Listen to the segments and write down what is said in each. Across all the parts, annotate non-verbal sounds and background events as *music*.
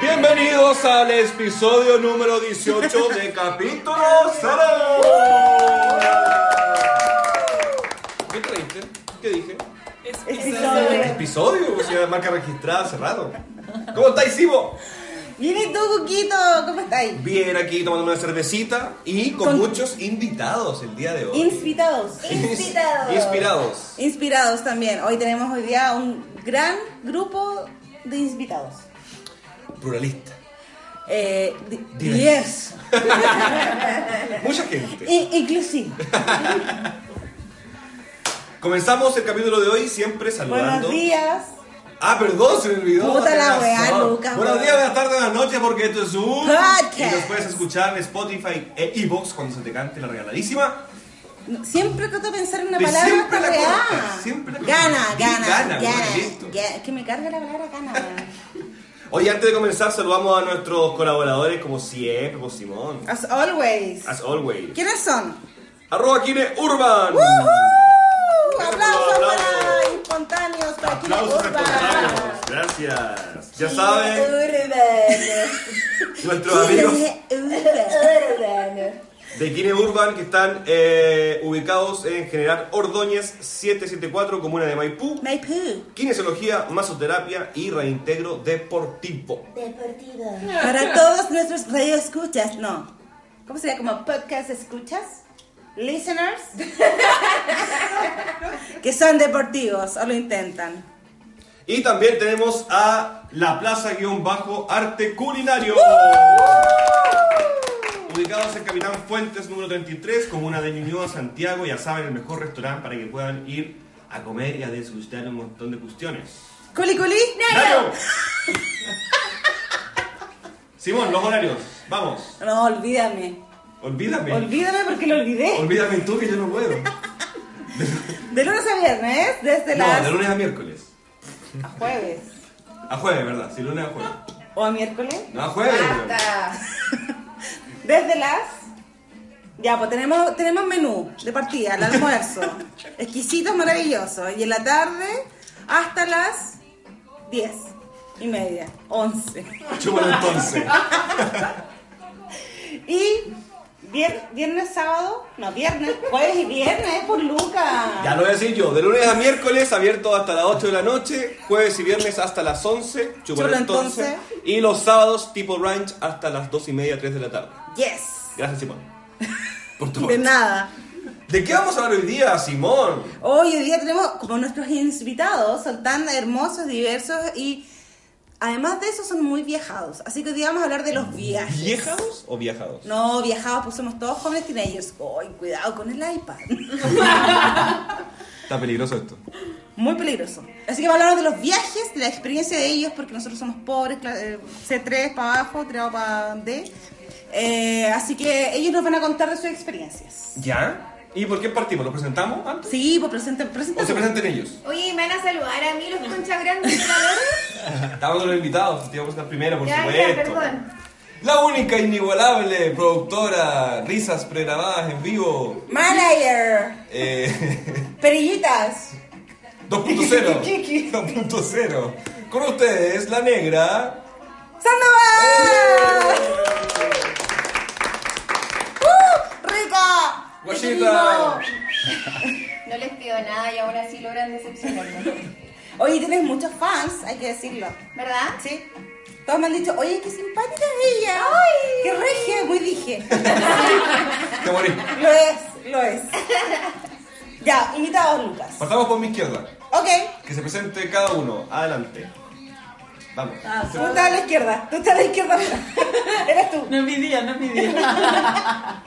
Bienvenidos al episodio número 18 de Capítulo Cero. ¿Qué creíste? ¿Qué dije? Episodio. Episodio, o sea, marca registrada, cerrado. ¿Cómo estáis, Sibo? Viene tú, Cuquito, ¿cómo estáis? Bien, aquí tomándome una cervecita y con, muchos invitados el día de hoy. Inspirados. Inspirados. Inspirados. Inspirados también. Hoy tenemos hoy día un gran grupo de invitados. Pluralista. Eh, di- Diez. diez. Mucha gente. I- inclusive. Comenzamos el capítulo de hoy siempre saludando. Buenos días. Ah, perdón, se me olvidó. Puta tenés la weá, razón. Lucas, Buenos weón. días, buenas tardes, buenas noches, porque esto es un Podcast. Y nos puedes escuchar en Spotify e Evox cuando se te cante la regaladísima. Siempre trato de pensar en una De palabra siempre para la weá. cortas, siempre la cortas. Gana, Y gana, gana, gana. weón, listo. ga- Que me carga la palabra gana. weón. Oye, antes de comenzar, saludamos a nuestros colaboradores, como siempre, por Simón. As always. As always. ¿Quiénes son? Arroba Kine Urban. ¡Woohoo! Eso, Aplausos aplausos. para espontáneos, para Chile Aplausos Urban. eh, espontáneos. Gracias. Ya saben, nuestros amigos Chile Urban. de Kine Urban que están eh, ubicados en General Ordóñez 774, comuna de Maipú. Maipú. Kinesiología, masoterapia y reintegro deportivo. Para todos nuestros radioescuchas, no. ¿Cómo sería como podcast escuchas? Listeners. que son deportivos o lo intentan. Y también tenemos a la Plaza-Arte Culinario. Ubicados en Capitán Fuentes número 33, comuna de Ñuñoa, Santiago. Ya saben, el mejor restaurante para que puedan ir a comer y a disfrutar un montón de cuestiones. Culi culi. ¡Nario! Simón, los horarios. Vamos. No, olvídame. Olvídame. Olvídame porque lo olvidé. Olvídame tú que yo no puedo. De lunes a viernes, desde No, las de lunes a miércoles. a jueves. A jueves, ¿verdad? Sí, lunes a jueves. O a miércoles. No, a jueves. weón. *laughs* Desde las. Ya, pues tenemos, tenemos menú de partida, *laughs* el almuerzo. exquisito, maravilloso. Y en la tarde hasta las 10 y media, 11. Chúpalo entonces. Y vier- viernes, sábado, no, viernes, jueves y viernes, por Ya lo Lucas. voy a decir yo. De lunes a miércoles, abierto hasta las 8 de la noche. Jueves y viernes hasta las 11. Chúpalo Chúpalo entonces. entonces. Y los sábados, tipo ranch, hasta las 2 y media, 3 de la tarde. Yes. Gracias, Simón. Por todo. De nada. ¿De qué vamos a hablar hoy día, Simón? Hoy hoy día tenemos, como nuestros invitados, son tan hermosos, diversos y además de eso son muy viajados. Así que hoy día vamos a hablar de los viajes. ¿Viejados o viajados? No, viajados, pues somos todos jóvenes teenagers. Ay, cuidado con el iPad. *laughs* Está peligroso esto. Muy peligroso. Así que vamos a hablar de los viajes, de la experiencia de ellos, porque nosotros somos pobres, cla- eh, C3 para abajo, 3 para D. Eh, así que ellos nos van a contar de sus experiencias. ¿Ya? ¿Y por qué partimos? ¿Lo presentamos antes? Sí, pues presenten, presenten. ¿O se presentan ellos? Oye, me van a saludar a mí los conchas grandes. ¿no? *laughs* Estábamos con los invitados, te iba a presentar primero, por Ya, ya, supuesto. perdón. La única inigualable productora, risas pregrabadas en vivo. Manager, Eh, *laughs* perillitas. *laughs* 2.0 2.0 Con ustedes, la *laughs* negra ¡Sandoval! ¡Eh! ¡Uh! ¡Rica! Guachita No les pido nada y aún así logran decepcionarme. Oye, tienes muchos fans, hay que decirlo. ¿Verdad? Sí. Todos me han dicho, oye, qué simpática es ella. Ay. Qué regia, muy dije. Te morí lo es, lo es. Ya, invitados, Lucas. Partamos por mi izquierda Ok. Que se presente cada uno Adelante Vamos. Ah, Tú estás a la izquierda, tú estás a la izquierda. *laughs* Eres tú. No es mi día, no es mi día.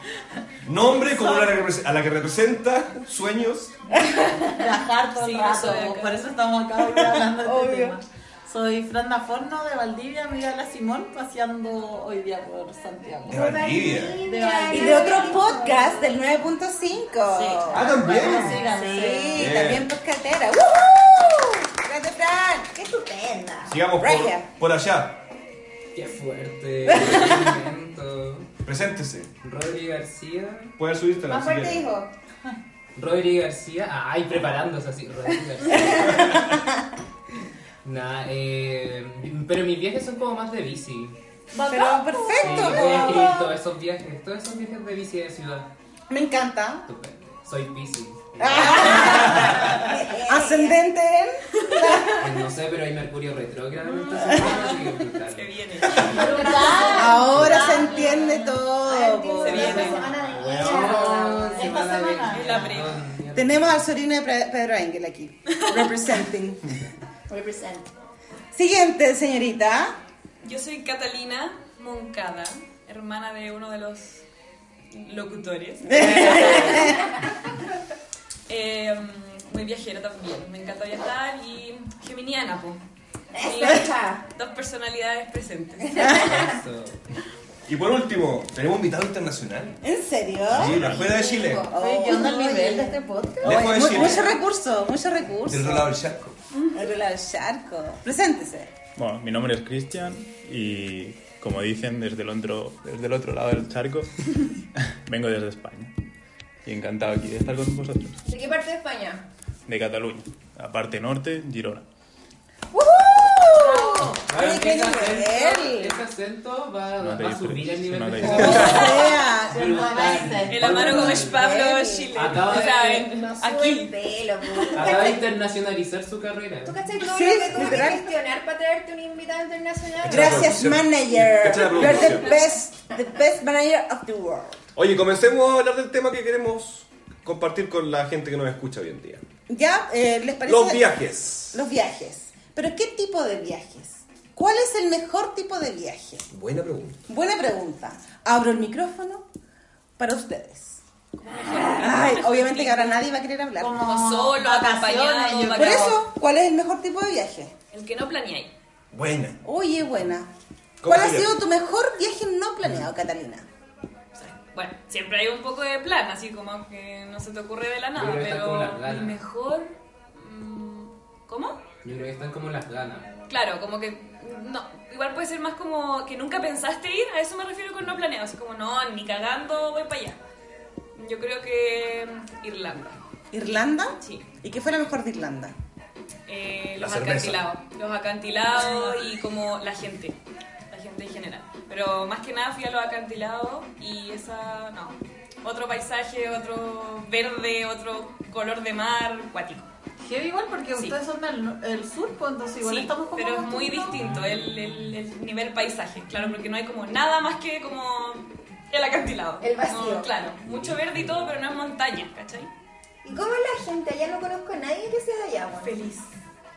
Nombre como la repre- a la que representa sueños. Viajar todo el Sí, yo rato, soy acá. por eso estamos acá ahora hablando de Obvio. este tema. Soy Fran Forno de Valdivia, amiga de la Simón, paseando hoy día por Santiago. De Valdivia. Y de otro *laughs* podcast del 9.5. Sí. Ah, también. Bueno, sigan, sí. Sí, Bien. también podcastera. ¡Woohoo! Grande Fran, qué estupenda. Sigamos Regia. por, por allá. Qué fuerte. qué momento. Preséntese. Rodri García. Puede subir Instagram. Más si fuerte, quiere. hijo. Rodri García. Ay, preparándose así. Rodri García. Nah, eh, pero mis viajes son como más de bici. Pero Sí, perfecto. voy a escribir po. todos esos viajes, todos esos viajes de bici de ciudad. Me encanta. Estupendo. Soy bici. Ascendente en. No sé, pero hay Mercurio retrógrado en esta semana, así que brutal. Se viene. Ahora se entiende todo. po. Se viene viene. la semana de Weón, mierda. Esta semana de semana. mierda. La primera. Mierda. Tenemos al sobrino de Pre- Pedro Engel aquí. Representing. Represent. Siguiente, señorita. Yo soy Catalina Moncada, hermana de uno de los locutores. Eh, muy viajera también, me encanta viajar y geminiana, po. Y Dos personalidades presentes. Eso. Y por último, tenemos un invitado internacional. ¿En serio? Sí, de afuera de Chile. Oye, ¿Qué onda el nivel de este podcast? Lejos de mu- Chile. Muchos recursos, muchos Del recursos. otro lado del charco. Otro lado del charco. Preséntese. Bueno, mi nombre es Cristian y como dicen desde el otro, desde el otro lado del charco, *laughs* vengo desde España. Y encantado aquí de estar con vosotros. ¿De qué parte de España? De Cataluña, la parte norte, Girona. ¡Woohoo! Oye, Bueno, qué ese acento- nivel. ese acento va, No te va a subir el disperses, nivel no de te O juego. sea, El amaro Gómez Pablo, Chile. Acaba de- ¿Saben? Aquí. Aquí. pelo, Ah. Acaba de internacionalizar su carrera. ¿Tú cachai todo Sí, lo que tuve literal. que gestionar para traerte un invitado internacional? Gracias, Cacha la manager. producción. You're the best, the best manager of the world. Oye, comencemos a hablar del tema que queremos compartir con la gente que nos escucha hoy en día. ¿Ya? eh, ¿Les parece? Los viajes. Los viajes. ¿Pero qué tipo de viajes? ¿Cuál es el mejor tipo de viaje? Buena pregunta. Buena pregunta. Abro el micrófono para ustedes. Ay, obviamente que ahora nadie va a querer hablar. Como solo, vacaciones, acompañado, Por yo bacán. eso, ¿cuál es el mejor tipo de viaje? El que no planeáis. Buena. Oye, buena. ¿Cómo ¿Cuál ha sería? sido tu mejor viaje no planeado, Catalina? Bueno, siempre hay un poco de plan, así como que no se te ocurre de la nada, Yo creo que está como la pero plana. el mejor... mm, ¿Cómo? Yo creo que están como las ganas. Claro, como que no, igual puede ser más como que nunca pensaste ir, a eso me refiero con no planeado, así como no, ni cagando voy para allá. Yo creo que mm, Irlanda, ¿Irlanda? sí. ¿Y qué fue lo mejor de Irlanda? Eh, La los cerveza. acantilados, los acantilados y como la gente, la gente en general. Pero más que nada fui a los acantilados y esa, no, otro paisaje, otro verde, otro color de mar, cuático. Heavy igual porque Sí. ustedes son del el sur, pues entonces igual Sí, estamos como pero es muy acostumbrados. distinto el, el- el nivel paisaje, claro, porque no hay como nada más que como el acantilado. El vacío. No, claro, mucho verde y todo, pero no es montaña, ¿cachai? ¿Y cómo es la gente? Allá no conozco a nadie que sea de allá, bueno. Feliz.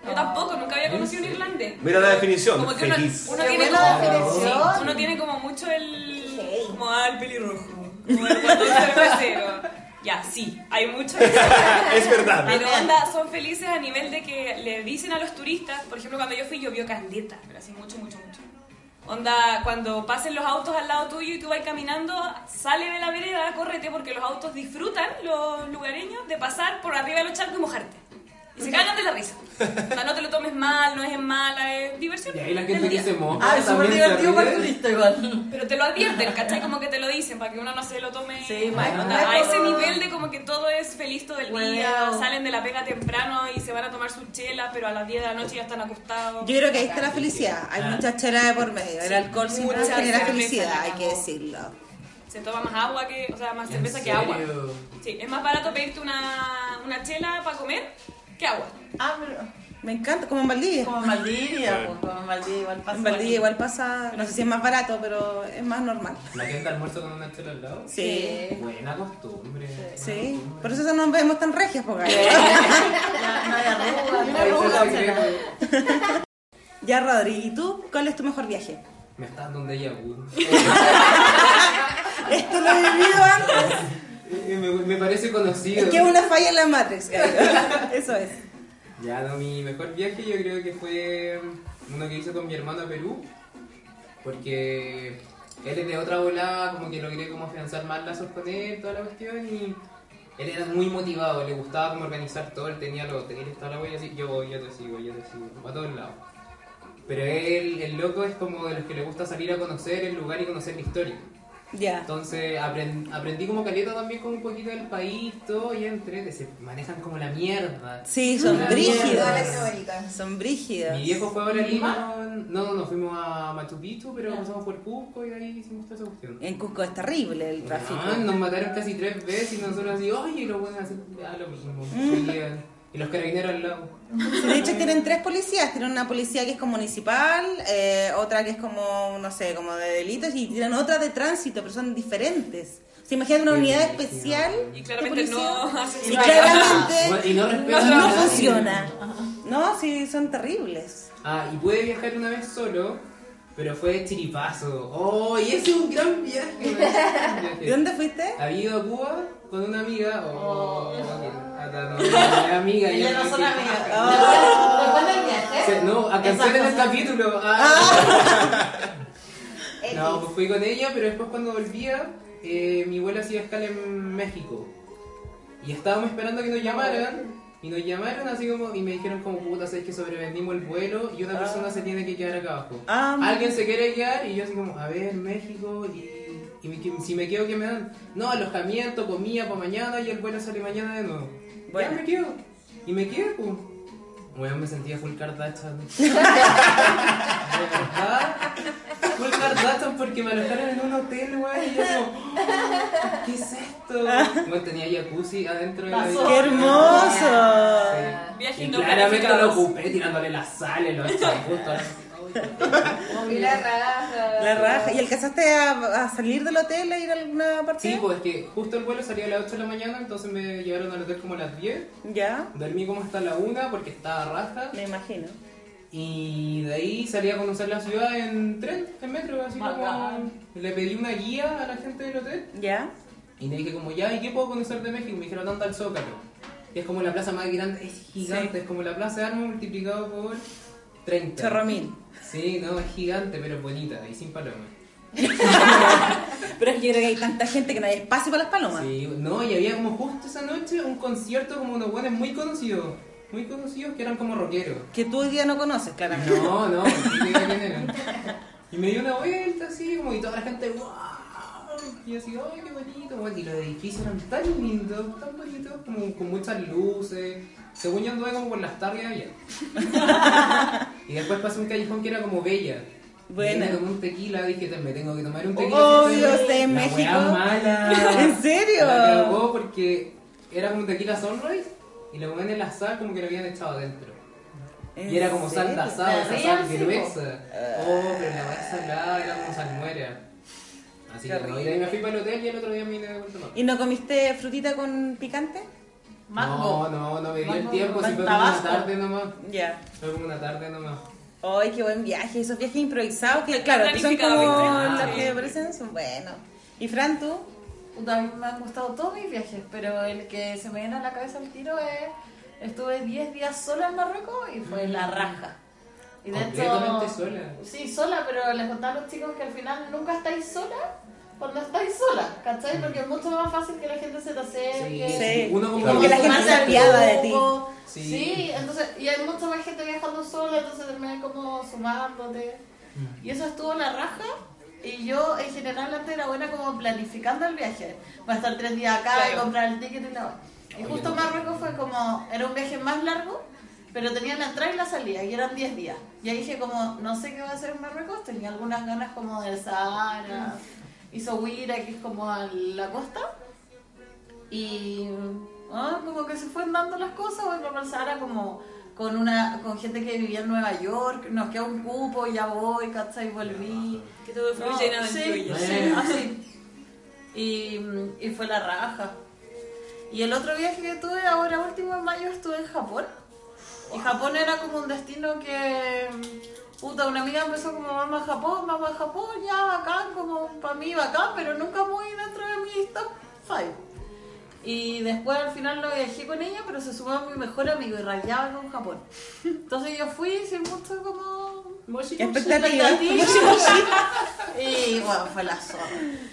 Yo tampoco, nunca había conocido un irlandés. Mira la definición, Como que uno- feliz. Uno, Qué tiene buena como, definición. sí, uno tiene como mucho Hey. el... Como ah, el pelirrojo, como el guatón cervecero. Ya, sí, hay mucho de eso. *laughs* *laughs* es verdad. Pero onda, son felices a nivel de que le dicen a los turistas, por ejemplo, cuando yo fui llovió caleta, pero así mucho, mucho, mucho. Onda, cuando pasen los autos al lado tuyo y tú vas caminando, sale de la vereda, córrete, porque los autos disfrutan, los lugareños, de pasar por arriba de los charcos y mojarte. Y se cagan de la risa. O sea, no te lo tomes mal, no es en mala, es diversión. Y ahí la del gente que día. se moja. Ah, es súper también se divertido ríe. para turista *laughs* igual. Pero te lo advierten, ¿cachai? Como que te lo dicen para que uno no se lo tome Sí, mal. bueno. Onda, a ese nivel de como que todo es feliz todo el día, Bueno. salen de la pega temprano y se van a tomar sus chelas, pero a las 10 de la noche ya están acostados. Yo creo que ahí está la felicidad. Hay mucha chela de por medio. El alcohol siempre mucha genera cerveza, felicidad, hay la que cagó. decirlo. Se toma más agua que, o sea, más ¿En cerveza que agua. serio? Sí, es más barato pedirte una, una chela para comer que agua. Ah, pero Me encanta, como en Valdivia. como en Valdivia, pues, como en Valdivia igual pasa. En Valdivia *laughs* igual pasa, no sé si es más barato, pero es más normal. La gente almuerza con una chela al lado. Sí. Buena costumbre. buena Sí, costumbre. por eso nos vemos tan regias, porque Ya, no hay arrugas, no hay Ahí se arrugas, sale. Ya, Rodri, ¿y tú cuál es tu mejor viaje? Me estás dando un déjà *laughs* vu. *laughs* Esto lo he vivido antes. Eh, me, me parece conocido. Es que es una falla en la Matrix. Eso es. Ya, no, mi mejor viaje yo creo que fue mm, uno que hice con mi hermano a Perú, porque él es de otra volada, como que logré como afianzar más lazos con él, toda la cuestión, y él era muy motivado, le gustaba como organizar todo, él tenía los hoteles, toda la wea, y así, yo voy, yo te sigo, yo te sigo, a todos lados. Pero él, el loco, es como de los que le gusta salir a conocer el lugar y conocer la historia. Ya. Entonces apren- aprendí como caleta también con un poquito del país, todo, y entre, se manejan como la mierda. Sí, son Toda brígidos. Latinoamérica. Son brígidos. Mi viejo fue ahora a ¿Lima? Lima. No, no, no, fuimos a Machu Picchu, pero pasamos por Cusco y de ahí hicimos toda esa cuestión. En Cusco es terrible el tráfico. Ah, nos mataron casi tres veces y nosotros así, oye, lo pueden hacer, ah, lo mismo. Seguían. Y los carabineros al lado. De hecho, tienen tres policías. Tienen una policía que es como municipal, eh, otra que es como, no sé, como de delitos, y tienen otra de tránsito, pero son diferentes. Se imagina una unidad especial. Y de claramente policía. no hace Y claramente Y no respetan a no nadie. funciona. No, sí, son terribles. Ah, y pude viajar una vez solo, pero fue de chiripazo. ¡Oh, y ese es un gran viaje! un gran viaje. ¿De dónde fuiste? Había ido a Cuba con una amiga. ¡Oh! Acá no, una amiga. y Ella yo no son dije, amigas. Ah. ¿Recuerdas el O viaje? sea, no, a cancelen el capítulo. Ah. No, pues fui con ella, pero después cuando volvía, eh, mi vuelo hacía escala en México. Y estábamos esperando que nos llamaran. Y nos llamaron así como, y me dijeron como, puta, sabes que sobrevendimos el vuelo y una persona se tiene que quedar acá abajo. Ah. Alguien se quiere quedar y yo así como, a ver, México y, y me que- si me quedo, ¿qué me dan? No, alojamiento, comida para mañana y el vuelo sale mañana de nuevo. Bueno. Ya me quedo. Y me quedé, pues. Weón, me sentía full *laughs* Kardashian. *laughs* De verdad, Full Kardashian porque me alojaron en un hotel, weón. Y yo como, "Oh, ¿qué es esto? Weón, tenía jacuzzi adentro de la Pasó. ¡Qué hermoso! Sí. Viajes Y no claramente lo planificados. ocupé tirándole la sal, los champús, todas las- Y la raja. La raja. ¿Y alcanzaste a, a salir del hotel a ir a alguna partida? Sí, pues es que justo el vuelo salía a las 8 de la mañana, entonces me llevaron al hotel como a las 10. Ya, Dormí como hasta la 1 porque estaba raja. me imagino. Y de ahí salí a conocer la ciudad en tren, en metro, así como. Bacán. Le pedí una guía a la gente del hotel ¿Ya? y le dije, como, ya, ¿y qué puedo conocer de México? Y me dijeron, anda al Zócalo. que es como la plaza más grande, es gigante, es como la plaza de armas multiplicado por 30. Chorro mil. Sí, no, es gigante, pero es bonita y sin palomas. Pero es que yo creo que hay tanta gente que no hay espacio para las palomas. Sí, no, y había como justo esa noche un concierto como unos buenos muy conocidos, muy conocidos que eran como rockeros. Que tú hoy día no conoces, claramente. No, no, ni idea quién eran. Y me dio una vuelta así, como y toda la gente, wow. Y yo así, ay, qué bonito. bueno, Y los edificios eran tan lindos, tan bonitos, como con muchas luces. Según yo anduve como por las tardes allá. *laughs* y después pasé un callejón que era como bella. Buena. Bueno. Me tomé un tequila, dije, "Te- me tengo que tomar un tequila. Obvio, La está en weá México. *laughs* mala. ¿En serio? La cagó porque era como un tequila sunrise y le ponían en la sal como que lo habían echado adentro. Eh, Y era como sal de ¿En serio? asado, esa sal Real, gruesa. Oh, pero la más salada era como salmuera. Así Qué que no, y de ahí me fui para el hotel y el otro día me vine de vuelta más. ¿Y no comiste frutita con picante? Mango. No, no, no me dio el Mango, tiempo, si fue como una Tabasco. tarde nomás. Ya. Fue como una tarde nomás. ¡Ay, qué buen viaje! Esos viajes improvisados que, claro, que son como Planificado, ¿viste? los Ah, que sí. parecen son buenos. ¿Y Fran, tú? Puta, a mí me han gustado todos mis viajes, pero el que se me viene a la cabeza el tiro es. Estuve 10 días sola en Marruecos y fue Pues la raja. Y de Mm. Completamente hecho, sola. Sí, sola, pero les contaba a los chicos que al final nunca estáis sola cuando estáis sola, ¿cachai? Porque es mucho más fácil que la gente se te acerque. Sí. Uno como Como Porque que la gente sumarse se al apiada de ti. grupo. Sí. Sí. entonces, y hay mucha más gente viajando sola, entonces terminas como sumándote. Mm. Y eso estuvo la raja. Y yo, en general, antes era buena como planificando el viaje. Va a estar tres días acá y Claro. comprar el ticket y la wea. Y Oye, justo no. Marruecos fue como, era un viaje más largo, pero tenía la entrada y la salida, y eran 10 días. Y ahí dije como, no sé qué voy a hacer en Marruecos, tenía algunas ganas como de Sahara, Mm. hizo Huira, que es como a la costa. Y ah, como que se fueron dando las cosas, voy para el Sahara como con una con gente que vivía en Nueva York, nos queda un cupo, ya voy, ¿cachai? Volví. Que todo No, fluye y nada sí, influye. sí, así. Y, y fue la raja. Y el otro viaje que tuve ahora último en mayo estuve en Japón. Y Japón era como un destino que Puta, una amiga empezó como mamá Japón, mamá Japón, ya bacán, como para mí bacán, pero nunca muy dentro de mi top 5. Y después al final lo viajé con ella, pero se sumó a mi mejor amigo y rayaba con Japón. *laughs* Entonces yo fui sin mucho como... Expectativa. Y bueno, fue la zona.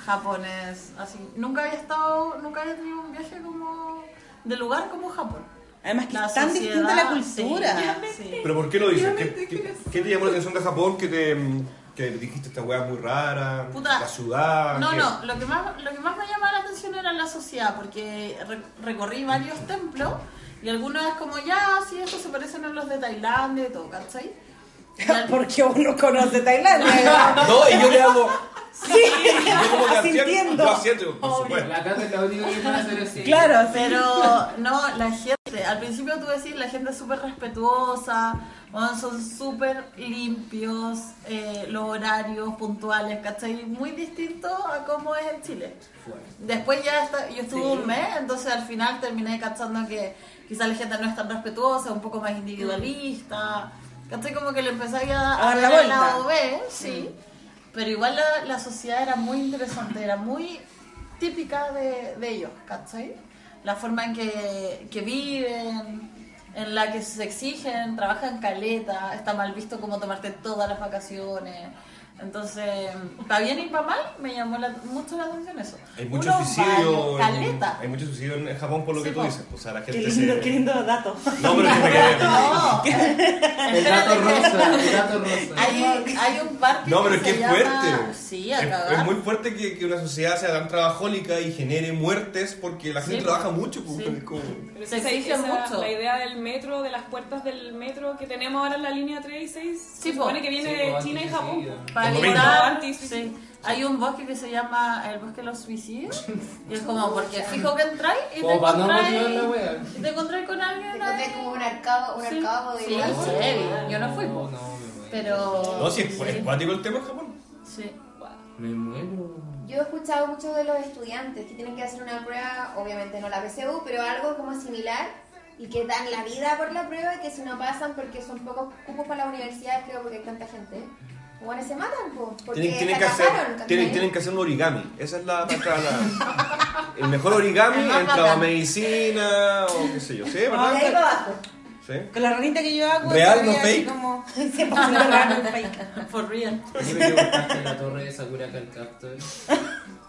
Japonés, así. Nunca había estado, nunca había tenido un viaje como... De lugar como Japón. Además que La es tan sociedad, distinta la cultura. sí, sí. ¿Pero por qué lo dices? ¿Qué, qué, qué te llamó la atención de Japón que te mm, que dijiste esta weá es muy rara? Puta. La ciudad. No, que- no, lo que, más, lo que más me llamaba la atención era la sociedad, porque re- recorrí varios templos y algunos es como, ya, sí, estos se parecen a los de Tailandia y todo, ¿cachai? Y al- *laughs* Porque uno *laughs* conoce Tailandia. No, y yo le hago. sí, Yo *laughs* como que asiento. Sintiendo. Yo asiento, por supuesto. La casa es la única que puede hacer así. Claro, sí. Pero no, la gente, al principio tú decís, la gente es súper respetuosa, weón, son súper limpios, eh, los horarios puntuales, ¿cachai? Muy distinto a cómo es en Chile. Después ya está- yo estuve un mes, entonces al final terminé cachando que quizás la gente no es tan respetuosa, un poco más individualista, ¿cachai? Como que le empezáis a, A dar la ver el vuelta. Mm. lado B, sí. Pero igual la, la sociedad era muy interesante, era muy típica de, de ellos, ¿cachai? La forma en que, que viven, en la que se exigen, trabajan caleta, está mal visto como tomarte todas las vacaciones. Entonces, para bien y para mal, me llamó la- mucho la atención eso. Hay mucho Unos suicidio. baños, en- caleta. Hay mucho suicidio en Japón por lo que Sí, tú po. dices. O sea, la Qué gente lindo, se. qué lindo dato. No, pero que me quedé. *laughs* No, El gato rosa, el gato rosa. *laughs* hay, hay un parque No, pero es que que se es llama- fuerte. Sí, a es, cagar. es muy fuerte que, que una sociedad sea tan trabajólica y genere muertes porque la gente Sí, trabaja po. mucho. po. Sí. Es como- Pero Se esa- exige esa- mucho. La idea del metro, de las puertas del metro que tenemos ahora en la línea 3 y 6, Sí, se po. supone que viene Sí, de po, China y antes Japón. suicida. Para Lo mismo. evitar- Anti- sí. Hay un bosque que se llama el bosque de los *laughs* suicidios. Y es como porque fijo que entráis y te Como para no motivar la encontráis. wea. y te encontráis con alguien. Entonces ahí. como un arcado, un Sí. arcado de Sí, igual. sí. heavy. Yo no fui, po. No, no, me muero. Pero. No, si es sí, es cuático el tema en Japón. sí. *laughs* Me muero. Yo he escuchado mucho de los estudiantes que tienen que hacer una prueba, obviamente no la PSU, pero algo como similar y que dan la vida por la prueba y que si no pasan porque son pocos cupos para la universidad, creo porque hay tanta gente. Bueno, se matan, po, porque Tienen, tienen se que hacer, acabaron, ¿cachai? tienen, tienen que hacer un origami. Esa es la. la- la- el mejor origami *laughs* El más entra a bacán. medicina o qué sé yo. ¿Sí, De ahí verdad? para abajo. Sí. Con la ranita que yo hago. Real, estoy no así fake. Como, *laughs* 100% real, no fake. For real. ¿Por qué me equivocaste en la torre de Sakura Card Captor?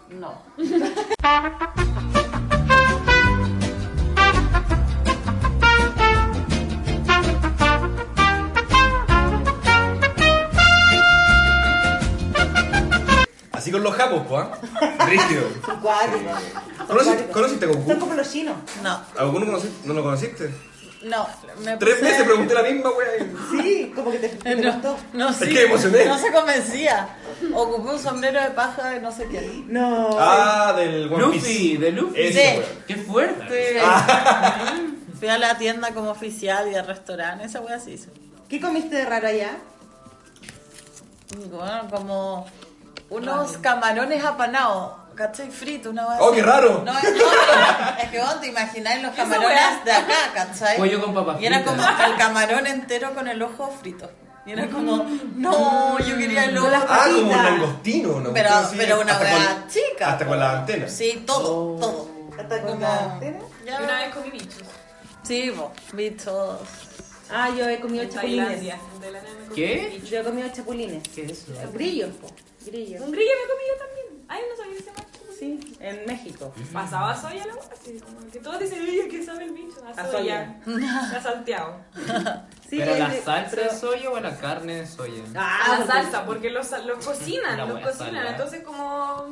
No. Así con los japos, po, ¿ah? Rígido. Cuático. ¿Conociste, conociste a Son Goku? como los chinos. No. ¿Alguno conociste? ¿No lo conociste? No. Me Tres puse- veces pregunté la misma wea. Sí, como que te, te gustó. *laughs* No, sí, que me emocioné. No se convencía. Ocupé un sombrero de paja de no sé qué. No. Ah, del One Luffy, Piece. de Luffy. Ese, Sí. wea. ¡Qué fuerte! Ah. Fui a la tienda como oficial y al restaurante. Esa wea se hizo. ¿Qué comiste de raro allá? Bueno, como unos camarones apanados, ¿cachai? Frito, una vez. ¡Oh, qué raro! No, es, no, pero es que vos te imagináis los camarones de acá, ¿cachai? Pollo con papas Y era como fritas. el camarón entero con el ojo frito. Y era como, no, yo quería el ojo. Ah, como un Patita. langostino, ¿no? Pero- Entonces, pero una hasta con- wea chica. Hasta con las antenas. Sí, Oh. todo, todo. ¿Hasta con Como- la antena? Ya. Yo una vez comí bichos. Sí, vos, bichos. Ah, yo he comido En Tailandia. chapulines. De la nada me comí ¿Qué? bichos. Yo he comido chapulines. ¿Qué es eso? Grillos, po. Grillos. Un grillo me comí yo también. Ay, no sabía ese macho. Sí, en México. Pasaba soya la hueá, así como que todos dicen, oye, ¿qué sabe el bicho? A A soya. A salteado. Sí, ¿Pero que- la de- salsa de soya o la carne de soya? *laughs* Ah, A la porque- salsa, porque los, los cocinan, La los hueá cocinan. salada. Entonces como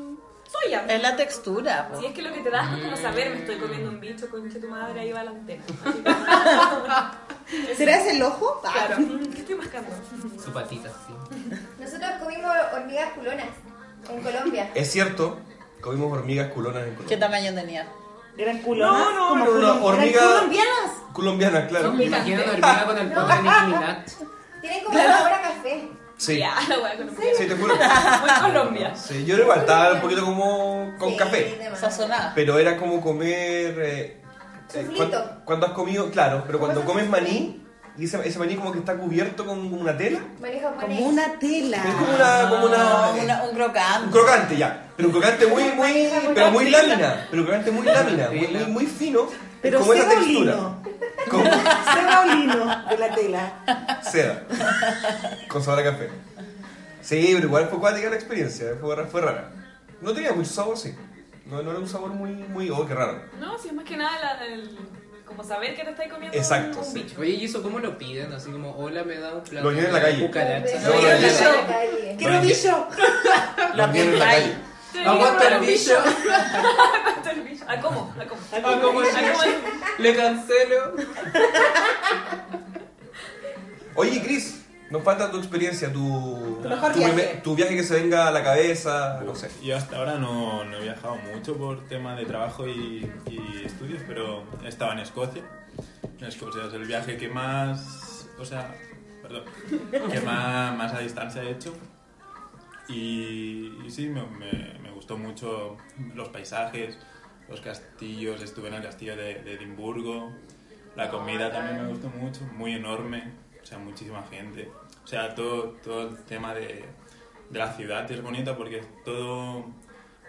soya. Eh. Es la textura, po. Si es que lo que te das es como saber, me estoy comiendo un bicho, concha tu madre, ahí va la antena. *laughs* Así que- ¿Será ese el ojo? Ah, Claro. Mm, ¿Qué estoy mascando? Su patita, sí. Nosotros comimos hormigas culonas en Colombia. Es cierto, comimos hormigas culonas en Colombia. ¿Qué tamaño tenía? Eran culonas. No, no, como era una culon- hormiga- eran colombianas. Colombianas, claro. Me imagino dormida con el pote de Nicki Minaj. Eh, Tienen como sabor a café. Sí. Ya, la hueá con Sí, te juro. Muy Colombia. Sí, yo le faltaba un poquito como con Sí, café. de más. Sazonada. Pero era como comer. eh, eh, Suflito. cuan- cuando, has comido, claro, pero cuando comes maní, y ese, ese maní como que está cubierto con una tela. Maní japonés. Como una tela. Es como una... Como una, eh, una- un *laughs* crocante. un crocante ya, pero un crocante muy, muy, pero muy lámina, pero un crocante muy lámina, muy, muy, muy fino, Pero como esa seda o textura. lino. Como Seda o lino de la tela. seda, con sabor a café. Sí, pero igual fue cuática la experiencia, fue, ra- fue rara. No tenía mucho sabor, sí. No, no era un sabor muy, muy, oh, qué raro. No, si es más que nada la- el, como saber que te estáis comiendo Exacto, un, un sí. bicho. Oye, ¿y eso cómo lo piden? Así como, hola, me da un plato. Lo tienen en la de calle. cucaracha. No, Lo lo tienen en la Yo calle. en la calle. Quiero bicho. Lo vieron en la calle. Te Aguanta digo, el bicho. aguanta el bicho. ¿A cómo? ¿A cómo? ¿A Ah, como el bicho. cómo? Le cancelo. Oye, Chris, nos falta tu experiencia, tu, Tu mejor tu, viaje. primer- tu viaje que se venga a la cabeza, no sé. Yo hasta ahora no, no he viajado mucho por tema de trabajo y, y estudios, pero he estado en Escocia. En Escocia es el viaje que más, o sea, perdón, que más, más a distancia he hecho. Y, y sí, me, me- me gustó mucho los paisajes, los castillos, estuve en el castillo de, de Edimburgo, la comida también me gustó mucho, muy enorme, o sea, muchísima gente. O sea, todo, todo el tema de, de la ciudad es bonita porque es todo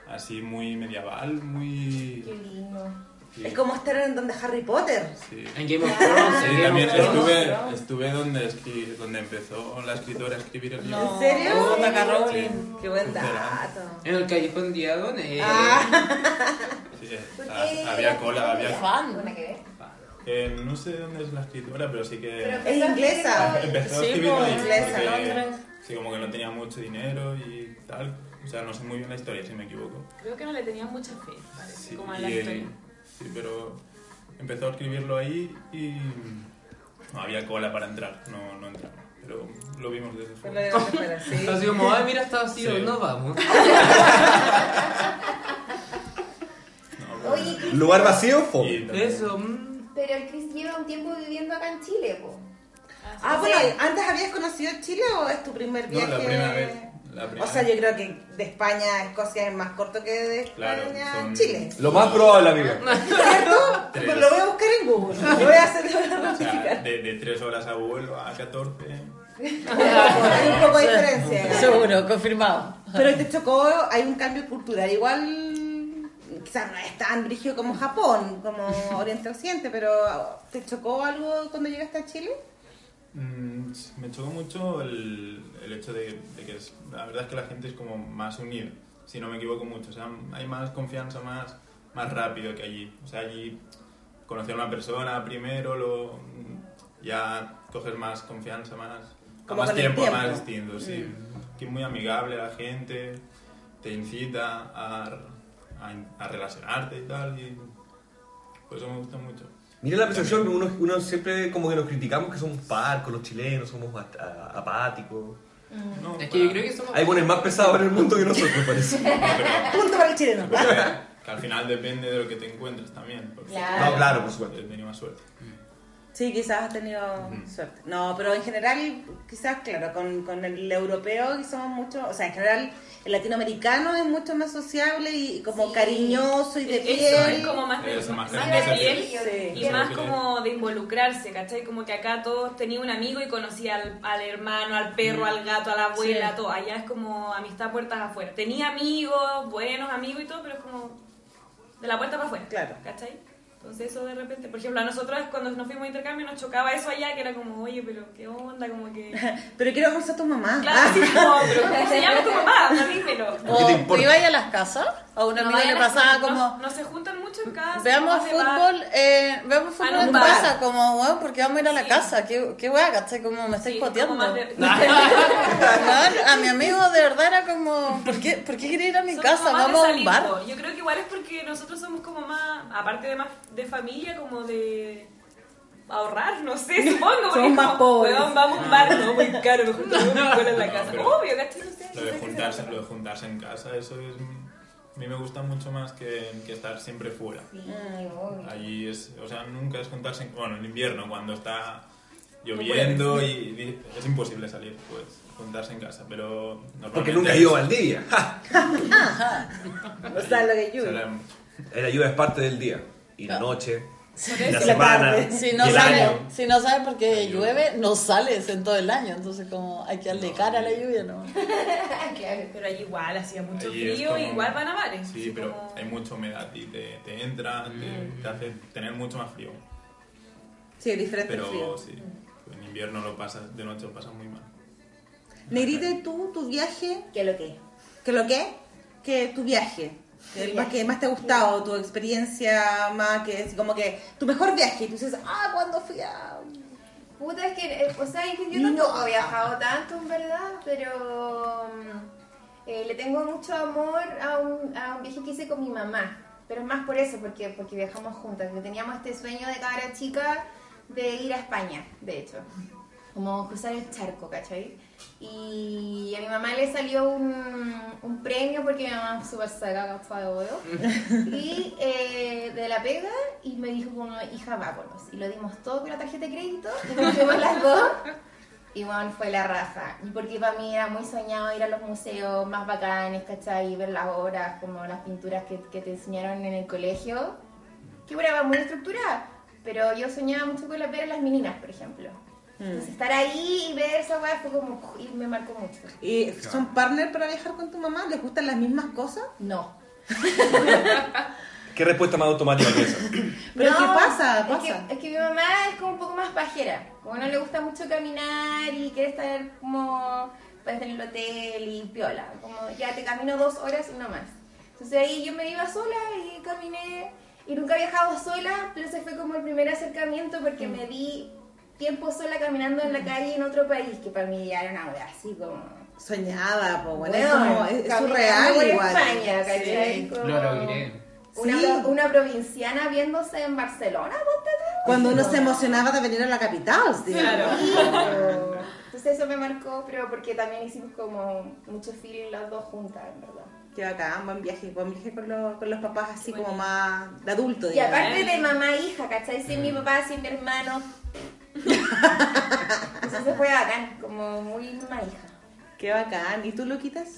así muy medieval, muy... Qué lindo. sí, Es como estar en donde Harry Potter. sí. En Game of Thrones. en Game Sí, también of Thrones. estuve, estuve donde, escri- donde empezó la escritora a escribir el libro. No. ¿En serio? J.K. Sí, Rowling. Qué buen Pero- dato. En el callejón eh, Diagones. sí, ¿Por ah, qué? había cola, había... Fan. Buena que ver. Eh, no sé dónde es la escritora, pero sí que... Pero inglesa. creo que- *laughs* Empezó a Sí, escribir pues, ahí, inglesa, porque- Londres. Sí, como que no tenía mucho dinero y tal. O sea, no sé muy bien la historia, si me equivoco. Creo que no le tenían mucha fe, parece, Sí, como a y la el- historia. sí, pero empezó a escribirlo ahí y no había cola para entrar, no, no entraba. Pero lo vimos desde Fue fuera. lo de Harry Potter, sí. Así como, ay, mira, está así, Sí. no vamos. No, pero- Oye, Chris, ¿Lugar vacío? fo. y también- Eso, mm. pero el Chris lleva un tiempo viviendo acá en Chile, po. Ah, O bueno, sea- ¿antes habías conocido Chile o es tu primer No, viaje? la primera vez. La primera O sea, vez. yo creo que de España a Escocia es más corto que de Claro, España a son- Chile. Lo más probable, amiga. ¿Cierto? Tres. Pues lo voy a buscar en Google. Lo voy a hacer, lo voy a O sea, notificar. de, de 3 horas a vuelo a 14. Hay un poco de diferencia. Seguro, confirmado. Pero te chocó, hay un cambio cultural. Igual, quizás no es tan rígido como Japón, como Oriente Occidente, pero ¿te chocó algo cuando llegaste a Chile? Mm, Me chocó mucho el, el hecho de, de que es- la verdad es que la gente es como más unida, si no me equivoco mucho. O sea, hay más confianza, más, más rápido que allí. O sea, allí conocer a una persona primero, lo, ya coges más confianza, más, a Como más con el tiempo, tiempo. Mm. más distinto, sí. Que es muy amigable la gente, te incita a, a, a relacionarte y tal. Y por eso me gusta mucho. Mira la percepción, uno, uno siempre como que nos criticamos que somos parcos los chilenos, somos at- a- apáticos. No, Mm. Es que yo para- creo que somos. Hay buenos más pesados en el mundo que nosotros, parece. no, pero- Punto para el chileno. que al final depende de lo que te encuentres también. porque- Claro. No, claro, por supuesto. He tenido más suerte. Sí, quizás has tenido suerte. No, pero en general, quizás, claro, con, con el europeo que somos mucho, o sea, en general, el latinoamericano es mucho más sociable y, como Sí. cariñoso y de Eso piel. es como más de, Eso, más más gente, de sí. piel Sí. y Sí, más sí. como de involucrarse, ¿cachai? Como que acá todos tenía un amigo y conocía al, al hermano, al perro, al gato, a la abuela, Sí. todo. Allá es como amistad puertas afuera. Tenía amigos, buenos amigos y todo, pero es como de la puerta para afuera. Claro. ¿Cachai? Entonces eso de repente, por ejemplo, a nosotros cuando nos fuimos a intercambio nos chocaba eso allá, que era como, oye, pero qué onda, como que... Pero quiero conocer a Ah. tu mamá. Claro, *laughs* sí, como, ah, pero ¿cómo se llama tu papá? No, dímelo. ¿Por qué te O importa? iba a las casas, a un amigo le pasaba Ah, No, como, no se juntan mucho en casa. veamos no se van. fútbol, eh, veamos Ah, fútbol no, en va. casa, como, weón, porque vamos a ir a la Sí. casa, qué, qué weá, ¿cachai? Como me estáis Sí, joteando. como más de- *laughs* Weón, a mi amigo de verdad era como, ¿por qué, por qué quiere ir a mi Son casa? como más de Vamos a un salir, bar. po. Yo creo que igual es porque nosotros somos como más, aparte de más de familia, como de ahorrar, no sé, *laughs* supongo. porque Somos es más como, pobres. weón, vamos a un bar, no, muy caro, nos *laughs* juntamos un pico en la No, casa. pero Obvio, ¿cachai? No sé, Lo no de, sé qué juntarse, será. lo de juntarse en casa, eso es. A mí me gusta mucho más que, que estar siempre fuera. Sí, obvio. Allí es. O sea, nunca es juntarse. en- Bueno, en invierno, cuando está lloviendo y, y es imposible salir, pues juntarse en casa. Pero. normalmente Porque nunca he es- ido a Valdivia. pues. O sea, lo que yo. se habla mucho. La lluvia es parte del día. Y la noche. Por la eso. semana, Si no, y el sales, año. si no sales porque La lluvia. llueve, no sales en todo el año. Entonces, como hay que darle cara a la lluvia, ¿no? claro. Pero allí igual hacía mucho Allí es frío, como- igual van a bares. Sí, así pero como- Mm. hay mucha humedad y te, te entra, te, te hace tener mucho más frío. Sí, diferente el Pero frío. sí, en invierno lo pasas, de noche lo pasas muy mal. Negrita, ¿y tú, tu viaje? ¿Qué lo que? ¿Qué lo qué? Que tu viaje. Mi El viaje. más que más te ha gustado, tu experiencia más que es como que tu mejor viaje. Y tú dices, ah, cuando fui a. Puta, es que, eh, o sea, es que yo No. tampoco he viajado tanto, en verdad, pero mm, eh, le tengo mucho amor a un, a un viaje que hice con mi mamá. Pero es más por eso, porque, porque viajamos juntas. que Teníamos este sueño de cada chica de ir a España, de hecho. Como cruzar el charco, ¿cachai? Y a mi mamá le salió un, un premio porque mi mamá es súper saca, de oro y eh, de la pega y me dijo como hija vámonos y lo dimos todo con la tarjeta de crédito y nos fuimos las dos y bueno fue la raza y porque para mí era muy soñado ir a los museos más bacanes ¿cachai? y ver las obras como las pinturas que, que te enseñaron en el colegio que bueno era muy estructurada pero yo soñaba mucho con la- ver a las meninas por ejemplo entonces estar ahí y ver esa weá fue como y me marcó mucho ¿Y ¿Son partner para viajar con tu mamá? ¿Les gustan las mismas cosas? no ¿Qué respuesta más automática que esa? Pero ¿qué pasa? Es Pasa. que, eh, es que mi mamá es como un poco más pajera. Como no le gusta mucho caminar y quiere estar como pues, en el hotel y piola. Como ya te camino dos horas y no más. Entonces ahí yo me iba sola y caminé. Y nunca he viajado sola, pero ese fue como el primer acercamiento porque Mm. me di tiempo sola caminando en la calle en otro país, que para mí ya era una wea así como... Soñada, po, bueno, es weón, como. Es, es caminando surreal por igual. España, ¿cachai? Sí, Como Lo logré. Una, Sí. pro- una provinciana viéndose en Barcelona, ponte tú. Cuando uno se emocionaba de venir a la capital, sí. Claro. *laughs* Entonces eso me marcó, pero porque también hicimos como mucho feel las dos juntas, en verdad. Qué bacán, buen viaje, buen viaje con, los- con los papás así como más de adulto, Y digamos. aparte de mamá e hija, ¿cachai? Sin mi papá, sin *laughs* mi hermano. Entonces fue bacán, como muy mamá e hija. Qué bacán. ¿Y tú lo quitas?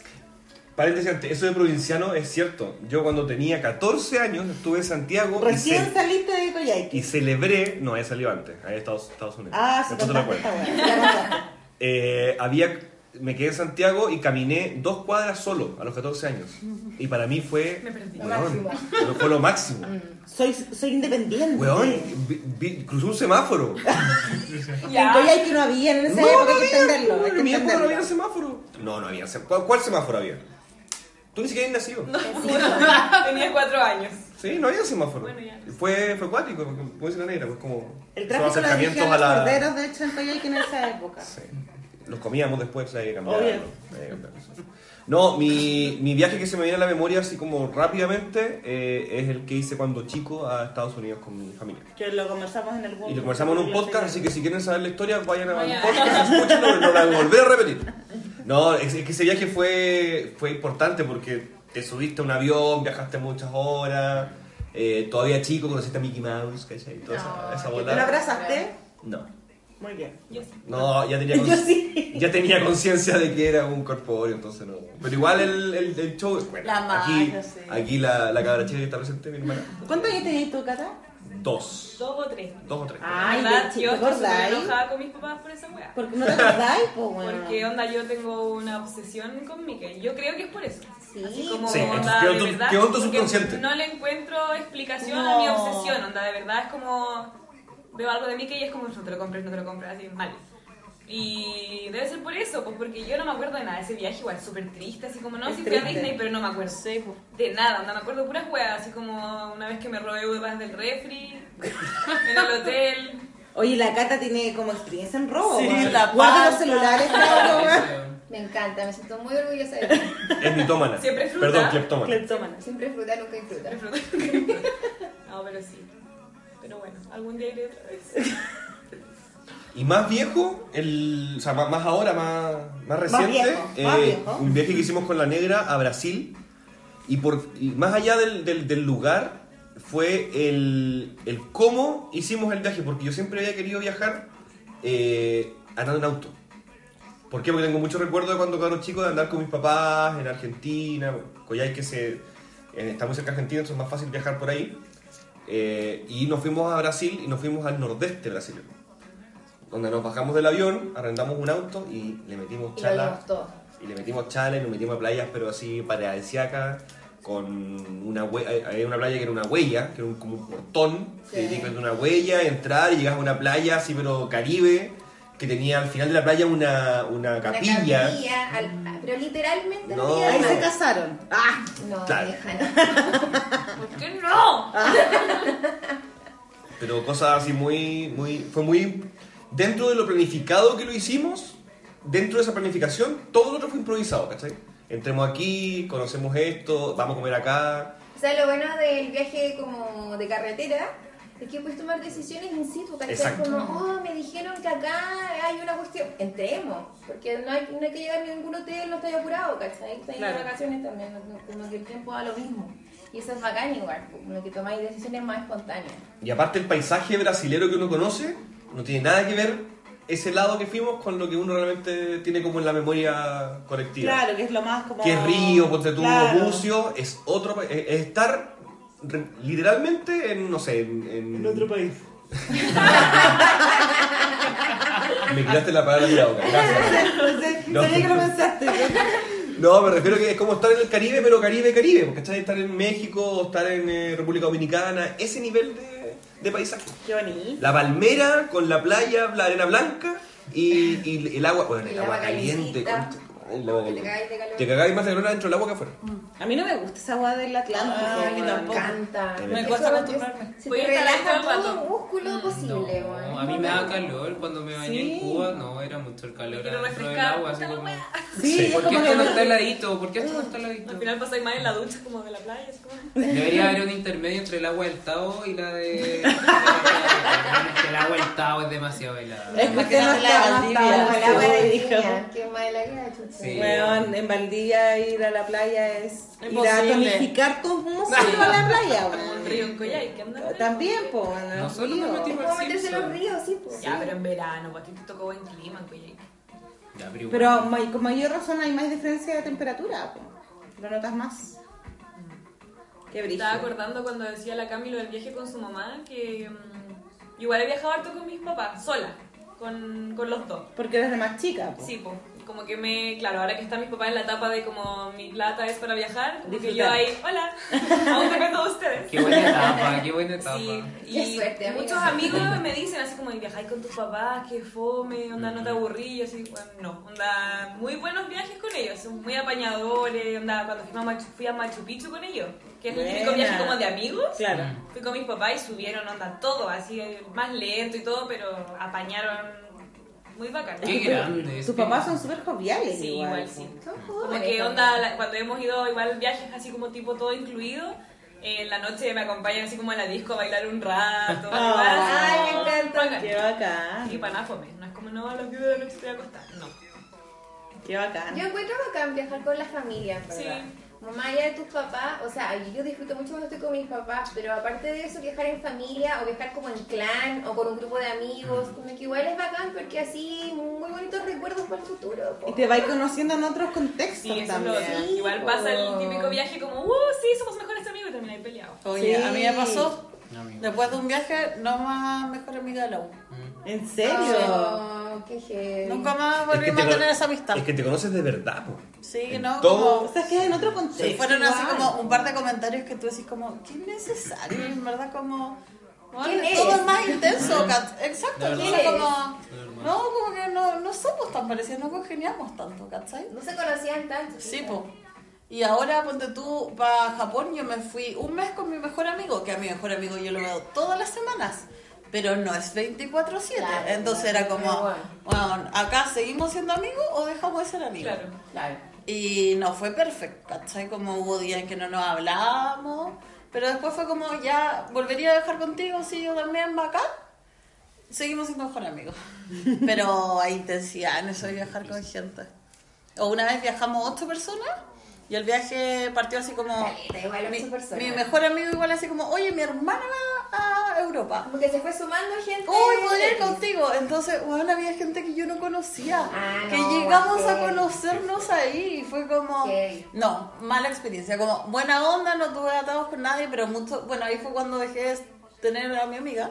Paréntesis antes, eso de provinciano es cierto. Yo cuando tenía 14 años estuve en Santiago y, Recién ce- saliste de y Coyhaique. celebré, no había salido antes, había estado Estados Unidos. Ah, se Después te lo contaste cuento. esta weá. Ya contaste. Eh, había, me quedé en Santiago y caminé dos cuadras solo a los 14 años. Y para mí fue, Me perdí. Lo weón, máximo. lo- fue lo máximo. Soy, soy independiente. Weón, vi- vi- cruzó un *laughs* semáforo. En Ya. Coyhaique no había en esa época, hay que entenderlo. hay que en mi época no entenderlo. había semáforo. No, no había semáforo. ¿Cuál, cuál semáforo había? Tú ni siquiera habías nacido. Tenía cuatro años. Sí, no había semáforo. Bueno, ya. Fue, fue acuático, porque como dice la negra, pues como... El esos tráfico lo acercamientos dirigían a los la- corderos, de hecho, en Coyhaique en esa época. Sí. Los comíamos después, hay que cambiar Obvio. algo, hay que cambiar eso. No, mi, mi viaje que se me viene a la memoria así como rápidamente eh, es el que hice cuando chico a Estados Unidos con mi familia. Que lo conversamos en algún Y lo conversamos en un podcast, así que si quieren saber la historia, vayan al Vayan. podcast, escúchenlo, no la volveré a repetir. No, es, es que ese viaje fue, fue importante porque te subiste a un avión, viajaste muchas horas, eh, todavía chico conociste a Mickey Mouse, ¿cachai? Toda esa, No, esa que bola. ¿Lo abrazaste? No. Muy bien. Yo sí. No, ya tenía, Yo cons- sí. ya tenía conciencia de que era un corpóreo, entonces no. Pero igual el, el, el show. Bueno, La aquí, magia, sí. aquí la, la cabra chica que está presente, mi hermana. ¿Cuántos años tenías tú, Cata? Dos. Dos o tres. Dos o tres. Ay, ¿Verdad? de chico, yo estoy súper ¿acordáis? enojada con mis papás por esa weá. Porque no te acordáis, po, weón. Porque onda, yo tengo una obsesión con Mickey. Yo creo que es por eso. Sí. Así como Sí, onda, quedó de tu- verdad, quedó tu porque subconsciente. No le encuentro explicación a No. mi obsesión. Onda, de verdad es como. Veo algo de Mickey y es como, no te lo compres, no te lo compres, así mal. Y debe ser por eso, pues porque yo no me acuerdo de nada. Ese viaje igual súper triste, así como, no, Es sí fui a triste. Disney, pero no me acuerdo. Sí, pues. De nada, onda, me acuerdo puras weas, así como una vez que me robé uvas del refri, *laughs* en el hotel. Oye, la Cata tiene como experiencia en robo, Sí, weón. la Guarda los pasta. celulares, claro, *laughs* weón. Me encanta, me siento muy orgullosa de ti. Es mitómana. Siempre fruta. Perdón, cleptómana. Cleptómana. Siempre fruta, nunca disfruta. *laughs* No, pero sí. Pero bueno, algún día iré otra vez. Y más viejo, el, o sea, más, más ahora, más, más reciente, eh, viejo, más viejo. un viaje que hicimos con la negra a Brasil. Y, por, y más allá del, del- del lugar, fue el, el cómo hicimos el viaje. Porque yo siempre había querido viajar eh, andando en auto. ¿Por qué? Porque tengo muchos recuerdos de cuando era chico de andar con mis papás en Argentina. Bueno, Coyhaique se, eh, está muy cerca de Argentina, entonces es más fácil viajar por ahí. Eh, Eh, y nos fuimos a Brasil y nos fuimos al nordeste brasileño. Donde nos bajamos del avión, arrendamos un auto y le metimos Y lo chala. vimos todo. Y le metimos chales, nos metimos a playas, pero así paradisíacas, con una hue- eh, había una playa que era una huella, que era un- como un portón, que Sí. tenía que haber una huella, entrar y llegabas a una playa así, pero caribe, que tenía al final de la playa una, una Una capilla. capilla, al- a- pero literalmente No. tenía Ahí nada. se casaron. ¡Ah! No, Claro. vieja, no. ¿Por qué no? Pero cosas así muy, muy, fue muy, dentro de lo planificado que lo hicimos, dentro de esa planificación, todo lo otro fue improvisado, ¿cachai? Entremos aquí, conocemos esto, vamos a comer acá, O sea, lo bueno del viaje como de carretera es que puedes tomar decisiones in situ, ¿cachai? Exacto. Como, oh, me dijeron que acá hay una cuestión. Entremos, porque no hay, no hay que llegar a ningún hotel, no estoy apurado, ¿cachai? Estoy Claro. en vacaciones también, no- no- como que el tiempo da lo mismo. Y eso es bacán igual, pues, como que tomáis decisiones más espontáneas. Y aparte el paisaje brasilero que uno conoce no tiene nada que ver ese lado que fuimos con lo que uno realmente tiene como en la memoria colectiva. Claro, que es lo más como. Que es río, ponte tú, Claro. bucio, es otro pa- es, es estar re- literalmente en no sé, en, en- país. me quitaste la palabra de la boca. Gracias. *laughs* Entonces, No. sabía que lo pensaste. No, me refiero que es como estar en el Caribe, pero Caribe, Caribe, porque estar, estar en México, o estar en eh, República Dominicana, ese nivel de, de paisaje. Qué bonito. La palmera con la playa, la arena blanca y, y el agua, bueno, el, El agua, agua caliente. calientita. concha tu madre, el agua Te caliente. cagáis de calor. Te cagáis más de calor adentro del agua que afuera. A mí no me gusta esa agua del Atlántico. Ah, a mí weón. tampoco. encanta. Me Eso cuesta es- acostumbrarme. Se Voy a te instalar relaja todo el todo rato. músculo posible, No, weón. a mí me da Bacán. calor cuando me bañé Sí. en Cuba, no, era mucho el calor Quiero adentro del refrescar, agua, así puta la como... wea. Sí, es ¿Por qué como esto que no está heladito? ¿Por qué esto no está heladito? Al final pasáis más en la ducha como de la playa. es como- Debería haber un intermedio entre el agua del Tao y la de... *laughs* Es que el agua del Tao es demasiado helada. Es que Más usted no está, no Ah, está. la agua *laughs* de sí, dijo. piña, qué mala que la chucha. Sí. Weón, en Valdivia ir a la playa es ir a Imposible. tonificar tus músculos a la playa, Un río en weón. Coyhaique, ¿qué andan? También, po, weón. Nosotros nos Es metimos como al meterse en los Simpson. ríos, sí, pues. Ya, pero en verano, ¿para qué te tocó buen clima en Coyhaique? Ya, pero... igual. Pero may- con mayor razón hay más diferencia de temperatura, po. lo notas más. Qué Me brillo. estaba acordando cuando decía la Cami lo del viaje con su mamá, que mm, igual he viajado harto con mis papás, sola, con, con los dos. Porque eres de más chica. po. Sí, po. como que me, claro, ahora que están mis papás en la etapa de como mi plata es para viajar, como que yo Disfrutar. ahí, hola, *laughs* aún te cuento a ustedes. Qué buena etapa, qué buena etapa. Sí, Qué y suerte, amiga. muchos amigos me dicen así como, "Y viajáis con tus papás, qué fome, onda, no te aburrí, yo así, bueno, no, onda, muy buenos viajes con ellos, son muy apañadores, onda, cuando fui a Machu, fui a Machu Picchu con ellos, que es el típico Buena. viaje como de amigos, Claro. fui con mis papás y subieron, onda, todo, así, más lento y todo, pero apañaron muy bacán. Qué grande. es Mm. Tus que- papás son súper joviales. Sí, igual, igual po. sí. Son Como jóvenes, que ¿no? onda, la- cuando hemos ido igual viajes así como tipo todo incluido, eh, en la noche me acompañan así como a la disco a bailar un rato. Ah, igual, ay, me encanta. bacán. Qué bacán. Y para nada fome, no es como no, a las 10 de la noche te voy a acostar, no. Qué bacán. Yo encuentro bacán viajar con la familia, en Sí. ¿verdad? Mamá allá de tus papás, o sea, yo disfruto mucho cuando estoy con mis papás, pero aparte de eso, viajar en familia o viajar como en clan o con un grupo de amigos, como que igual es bacán porque así muy bonitos recuerdos para el futuro. po. Y te vais conociendo en otros contextos Sí, eso es lo también. otro. Igual pasa el típico viaje como, uh, sí, somos mejores amigos y termináis peleados. Oye, Sí. a mí me pasó, No, amigo. después de un viaje, no más mejor amiga de la U. Ah, ¿En serio? Oh, qué heavy. Nunca más Mm. Es que volvimos te a tener cono- esa amistad. Es que te conoces de verdad, po. Sí, en ¿no? todo- O sea, es que es en otro contexto. Sí, fueron así igual. como un par de comentarios que tú decís como, qué innecesario, en verdad como... bueno, ¿Quién eres? todo es más intenso, Kat. Exacto, De entonces verdad. como... De verdad. No, como que no, no somos tan parecidos, no congeniamos tanto, ¿cachai? No se conocían tanto. Sí, quizás. po. Y ahora, ponte tú, para Japón, yo me fui un mes con mi mejor amigo, que a mi mejor amigo yo lo veo todas las semanas, pero no es 24-7. Claro, Entonces claro, era como, pero bueno, acá seguimos siendo amigos o dejamos de ser amigos. Claro. Claro. Y no fue perfecto, ¿cachai? Como hubo días en que no nos hablábamos, pero después fue como, ya, volvería a dejar contigo, sí, yo también, bacán. Seguimos siendo mejor amigos. Pero hay intensidad en eso de viajar con gente. O una vez viajamos ocho personas y el viaje partió así como... Caleta, igual mi, ocho personas. mi mejor amigo igual así como, oye, mi hermana va a Europa. Como que se fue sumando gente. Uy, podría ir contigo. Entonces, bueno, había gente que yo no conocía. Ah, que no, llegamos a ok. conocernos ahí. Y fue como. Ok. No, mala experiencia. Como buena onda, no tuve atados con nadie, pero mucho. Bueno, ahí fue cuando dejé tener a mi amiga,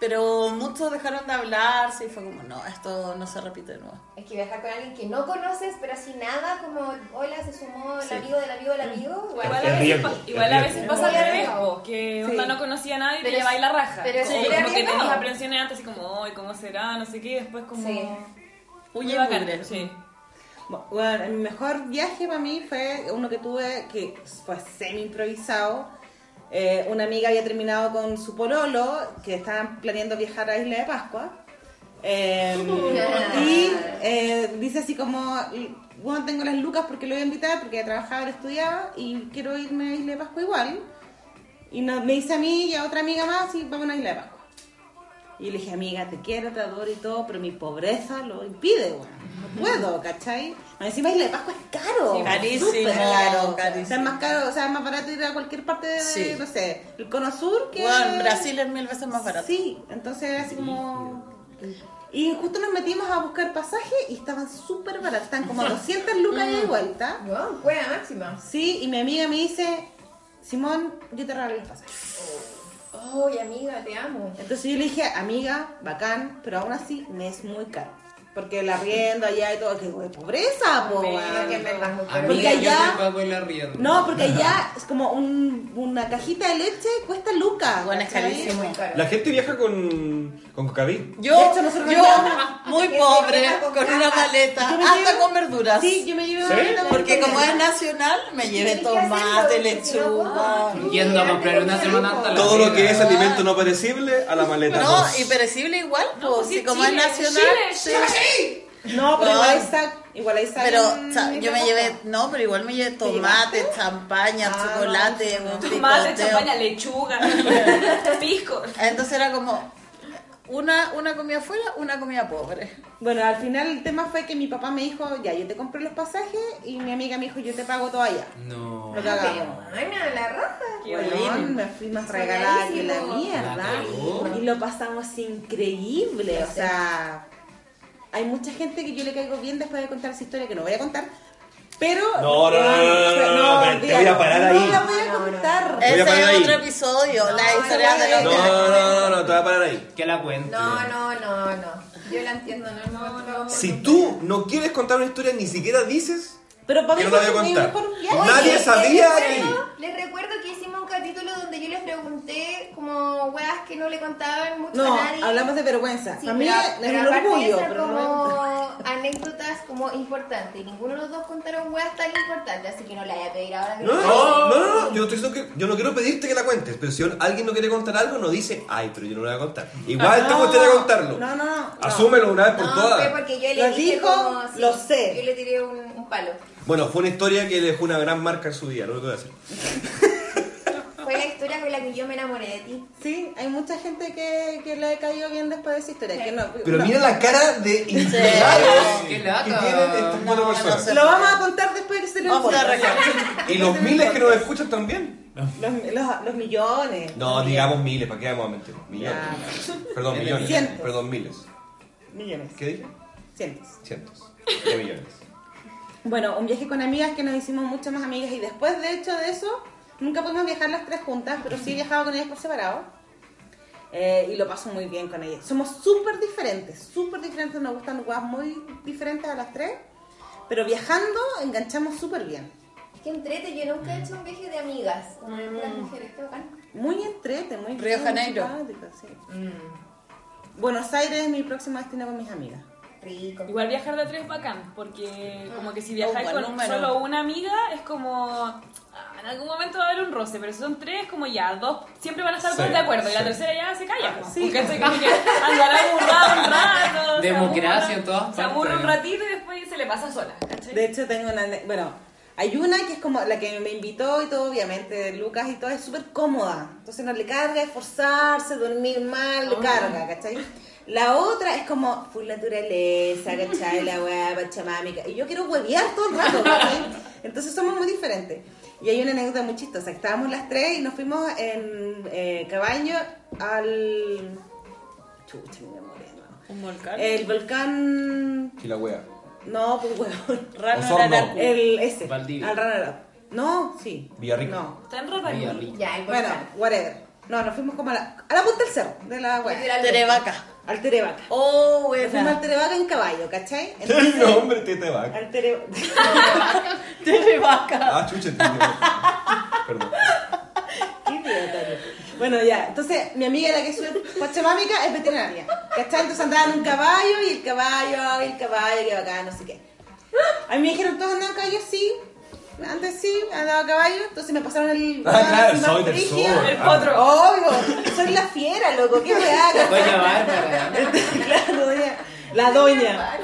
pero muchos dejaron de hablarse y fue como, no, esto no se repite de nuevo. Es que viajar con alguien que no conoces, pero así nada, como hola, se sumó el Sí. amigo del amigo del amigo. Igual Igual Es a veces, riesgo, pa- es igual a veces riesgo. pasa Es el riesgo. riesgo, que onda Sí. no conocía a nadie y Pero te lleváis es- la raja. pero es como, súper como que arriesgado. tenés aprensiones antes, así como, ay, ¿cómo será? No sé qué, después como... Sí. Muy Huye y bacán, mugre. sí. Bueno, el mejor viaje para mí fue uno que tuve que fue semi improvisado. Eh, una amiga había terminado con su pololo, que estaban planeando viajar a Isla de Pascua. Eh, Oh. y eh, dice así como, bueno, tengo las lucas porque lo voy a invitar, porque ella trabajaba, ahora estudiaba, y quiero irme a Isla de Pascua igual. Y no- me dice a mí y a otra amiga más, y vamos a Isla de Pascua. Y le dije, amiga, te quiero, te adoro y todo, pero mi pobreza lo impide, weón. No puedo, ¿cachai? No, encima Isla de Pascua es caro. Sí, carísimo, súper caro. carísimo. O sea, es más caro, o sea, es más barato ir a cualquier parte de, Sí. no sé, el cono sur que... Bueno, Brasil es mil veces más barato. Sí, entonces era así como... Y justo nos metimos a buscar pasaje y estaban súper baratos, estaban *laughs* como a 200 lucas Mm. ida y vuelta. Wow, buena máxima. Sí, y mi amiga me dice, Simón, yo te regalo los pasajes. Uy, amiga, te amo. Entonces yo le dije, amiga, bacán, pero aún así me es muy caro. Porque la rienda allá y todo, que güey, pobreza, po, Creo que weón. me vas muy caro. Amiga, Amiga, yo ya- te pago el arriendo. No, porque allá es como un- una cajita de leche cuesta lucas. Bueno, es ¿cachai? carísimo. Muy caro. La gente viaja con, con cocaví. Yo, De hecho, nosotros yo no- *laughs* muy Gente pobre, viaja con con una gafas. maleta, Yo me hasta llevo- con verduras. Sí, yo me llevé ¿Sí? una Porque como es nacional, me llevé Tienes que tomate, hacerlo, porque si no, lechuga. Ah, pues, Yendo a comprar una semana hasta la Todo lo que es pega. alimento no perecible a la maleta. No, dos. imperecible igual, No, pues, pues si sí, como Chile, es nacional. Chile, sí. No, pero No. igual ahí está, igual ahí está. Pero bien- o sea, yo me llevé, no, pero igual me llevé tomate, champaña, Ah, chocolate, un Tomate, picoteo. champaña, lechuga, *laughs* pisco. Entonces era como una, una comida fuera, una comida pobre. Bueno, al final el tema fue que mi papá me dijo, ya, yo te compro los pasajes y mi amiga me dijo, yo te pago todo allá. No. Lo que Ah, hagamos. pero buena, la raja. Pues Qué Weón, bueno. me fui más regalada que la Buenísimo. mierda. Claro. Y lo pasamos increíble. O sea, hay mucha gente que yo le caigo bien después de contar esa historia que no voy a contar. Pero. eh, No, no, no, no, no, no, pero te voy a parar ahí. No la voy a contar. Voy a Ese es parar ahí. otro episodio, la No, historia no, de los No, viajes. no, no, no, te voy a parar ahí. Que la cuente. No, no, no, no. Yo la entiendo, no, no, no. Si tú no quieres contar una historia, ni siquiera dices Pero para que mí no la voy a fue mi contar. mejor viaje. Nadie les sabía recuerdo- que... Les recuerdo que hicimos un capítulo donde yo les pregunté como weas que no le contaban mucho No, a nadie. hablamos de vergüenza. Sí, para mí pero- pero es un aparte de orgullo. esas Pero no- como anécdotas como importantes. Y Ninguno de los dos contaron weas tan importantes, así que no la voy a pedir ahora. que No, no, la no, no, no, yo no, estoy diciendo que- yo no quiero pedirte que la cuentes, pero si alguien no quiere contar algo, no dice, ay, pero yo no lo voy a contar. Igual te No, gustaría contarlo. No, no, no. Asúmelo una vez por No, pues. todas. fue porque yo le Lo dije dijo, como, sí, lo sé. Yo le tiré un, un palo. Bueno, fue una historia que le dejó una gran marca en su día, lo que voy a decir. Fue la historia con la que yo me enamoré de ti. *laughs* Sí, hay mucha gente que, que le ha caído bien después de esa historia. Que no, Pero no. mira la cara de Sí. indignados Qué que lata. tienen estas No, cuatro no personas. sé. Lo vamos a contar después que se Ah, lo Off the encuentre. record. Y los miles que nos escuchan también. Los, los, los millones. No, digamos miles, ¿para qué vamos a mentir? Millones. Perdón, millones. Cientos. Perdón, miles. Millones. ¿Qué dije? Cientos. Cientos. De millones. Bueno, un viaje con amigas que nos hicimos muchas más amigas y después de hecho de eso, nunca pudimos viajar las tres juntas, pero sí he viajado con ellas por separado. Eh, y lo paso muy bien con ellas. Somos súper diferentes, súper diferentes, nos gustan cosas muy diferentes a las tres, pero viajando enganchamos súper bien. Qué entrete, yo nunca he hecho un viaje de amigas. Como de Mm. puras mujeres, qué bacán. Muy entrete, muy Río bien, Janeiro. muy simpático, sí. Buenos Aires es mi próximo destino con mis amigas. Rico. Igual viajar de a tres es bacán, porque como que si Un viajáis buen con número. solo una amiga es como... ah, En algún momento va a haber un roce, pero si son tres, es como ya, dos siempre van a estar Sí, todos de acuerdo y la sí. tercera ya se calla. Sí. Sí, que se como que andará burlada un rato. se Democracia aburra, en todas Se aburre un partes. ratito y después se le pasa sola. ¿cachai? De hecho, tengo una. ane- Bueno, hay una que es como la que me invitó y todo, obviamente, Lucas y todo, es súper cómoda. Entonces no le carga esforzarse, dormir mal, le carga, ¿cachai? La otra es como full naturaleza, ¿cachai? *laughs* La weá pachamámica. Y yo quiero huevear todo el rato, ¿cachai? Entonces somos muy diferentes. Y hay una anécdota muy chistosa. que Estábamos las tres y nos fuimos en eh, Cabaño al. Chucha, mi memoria, no. Un volcán. El volcán. Y la wea. No, pues *laughs* huevón. Rano Osorno. Aranacu. El ese. Valdivia. Al runner up. No, sí. Villarrica. No. Está en ropa. Villarrica. Ya, el Bueno, volcán. whatever. No, nos fuimos como a la, a la punta del cerro, de la wea. *laughs* Terevaca. Al Terevaca. Oh, Nos fuimos al buena. Terevaca en caballo, ¿cachai? *laughs* El nombre te te va. al Terevaca. *laughs* Terevaca. Ah, chucha, te Perdón. Qué idiota, yo. Bueno, ya, entonces mi amiga, la que es pachamámica, es veterinaria. ¿Cachai? Entonces andaba en un caballo y el caballo, ay, el caballo, qué bacán, no sé qué. A mí me dijeron todos andaban a caballo, sí. Antes sí, andaba a caballo, entonces me pasaron el. Ah, claro, más soy del brígido. sur. El potro. Obvio, soy la fiera, loco, qué weá. Doña Bárbara. *laughs* claro, doña. La doña.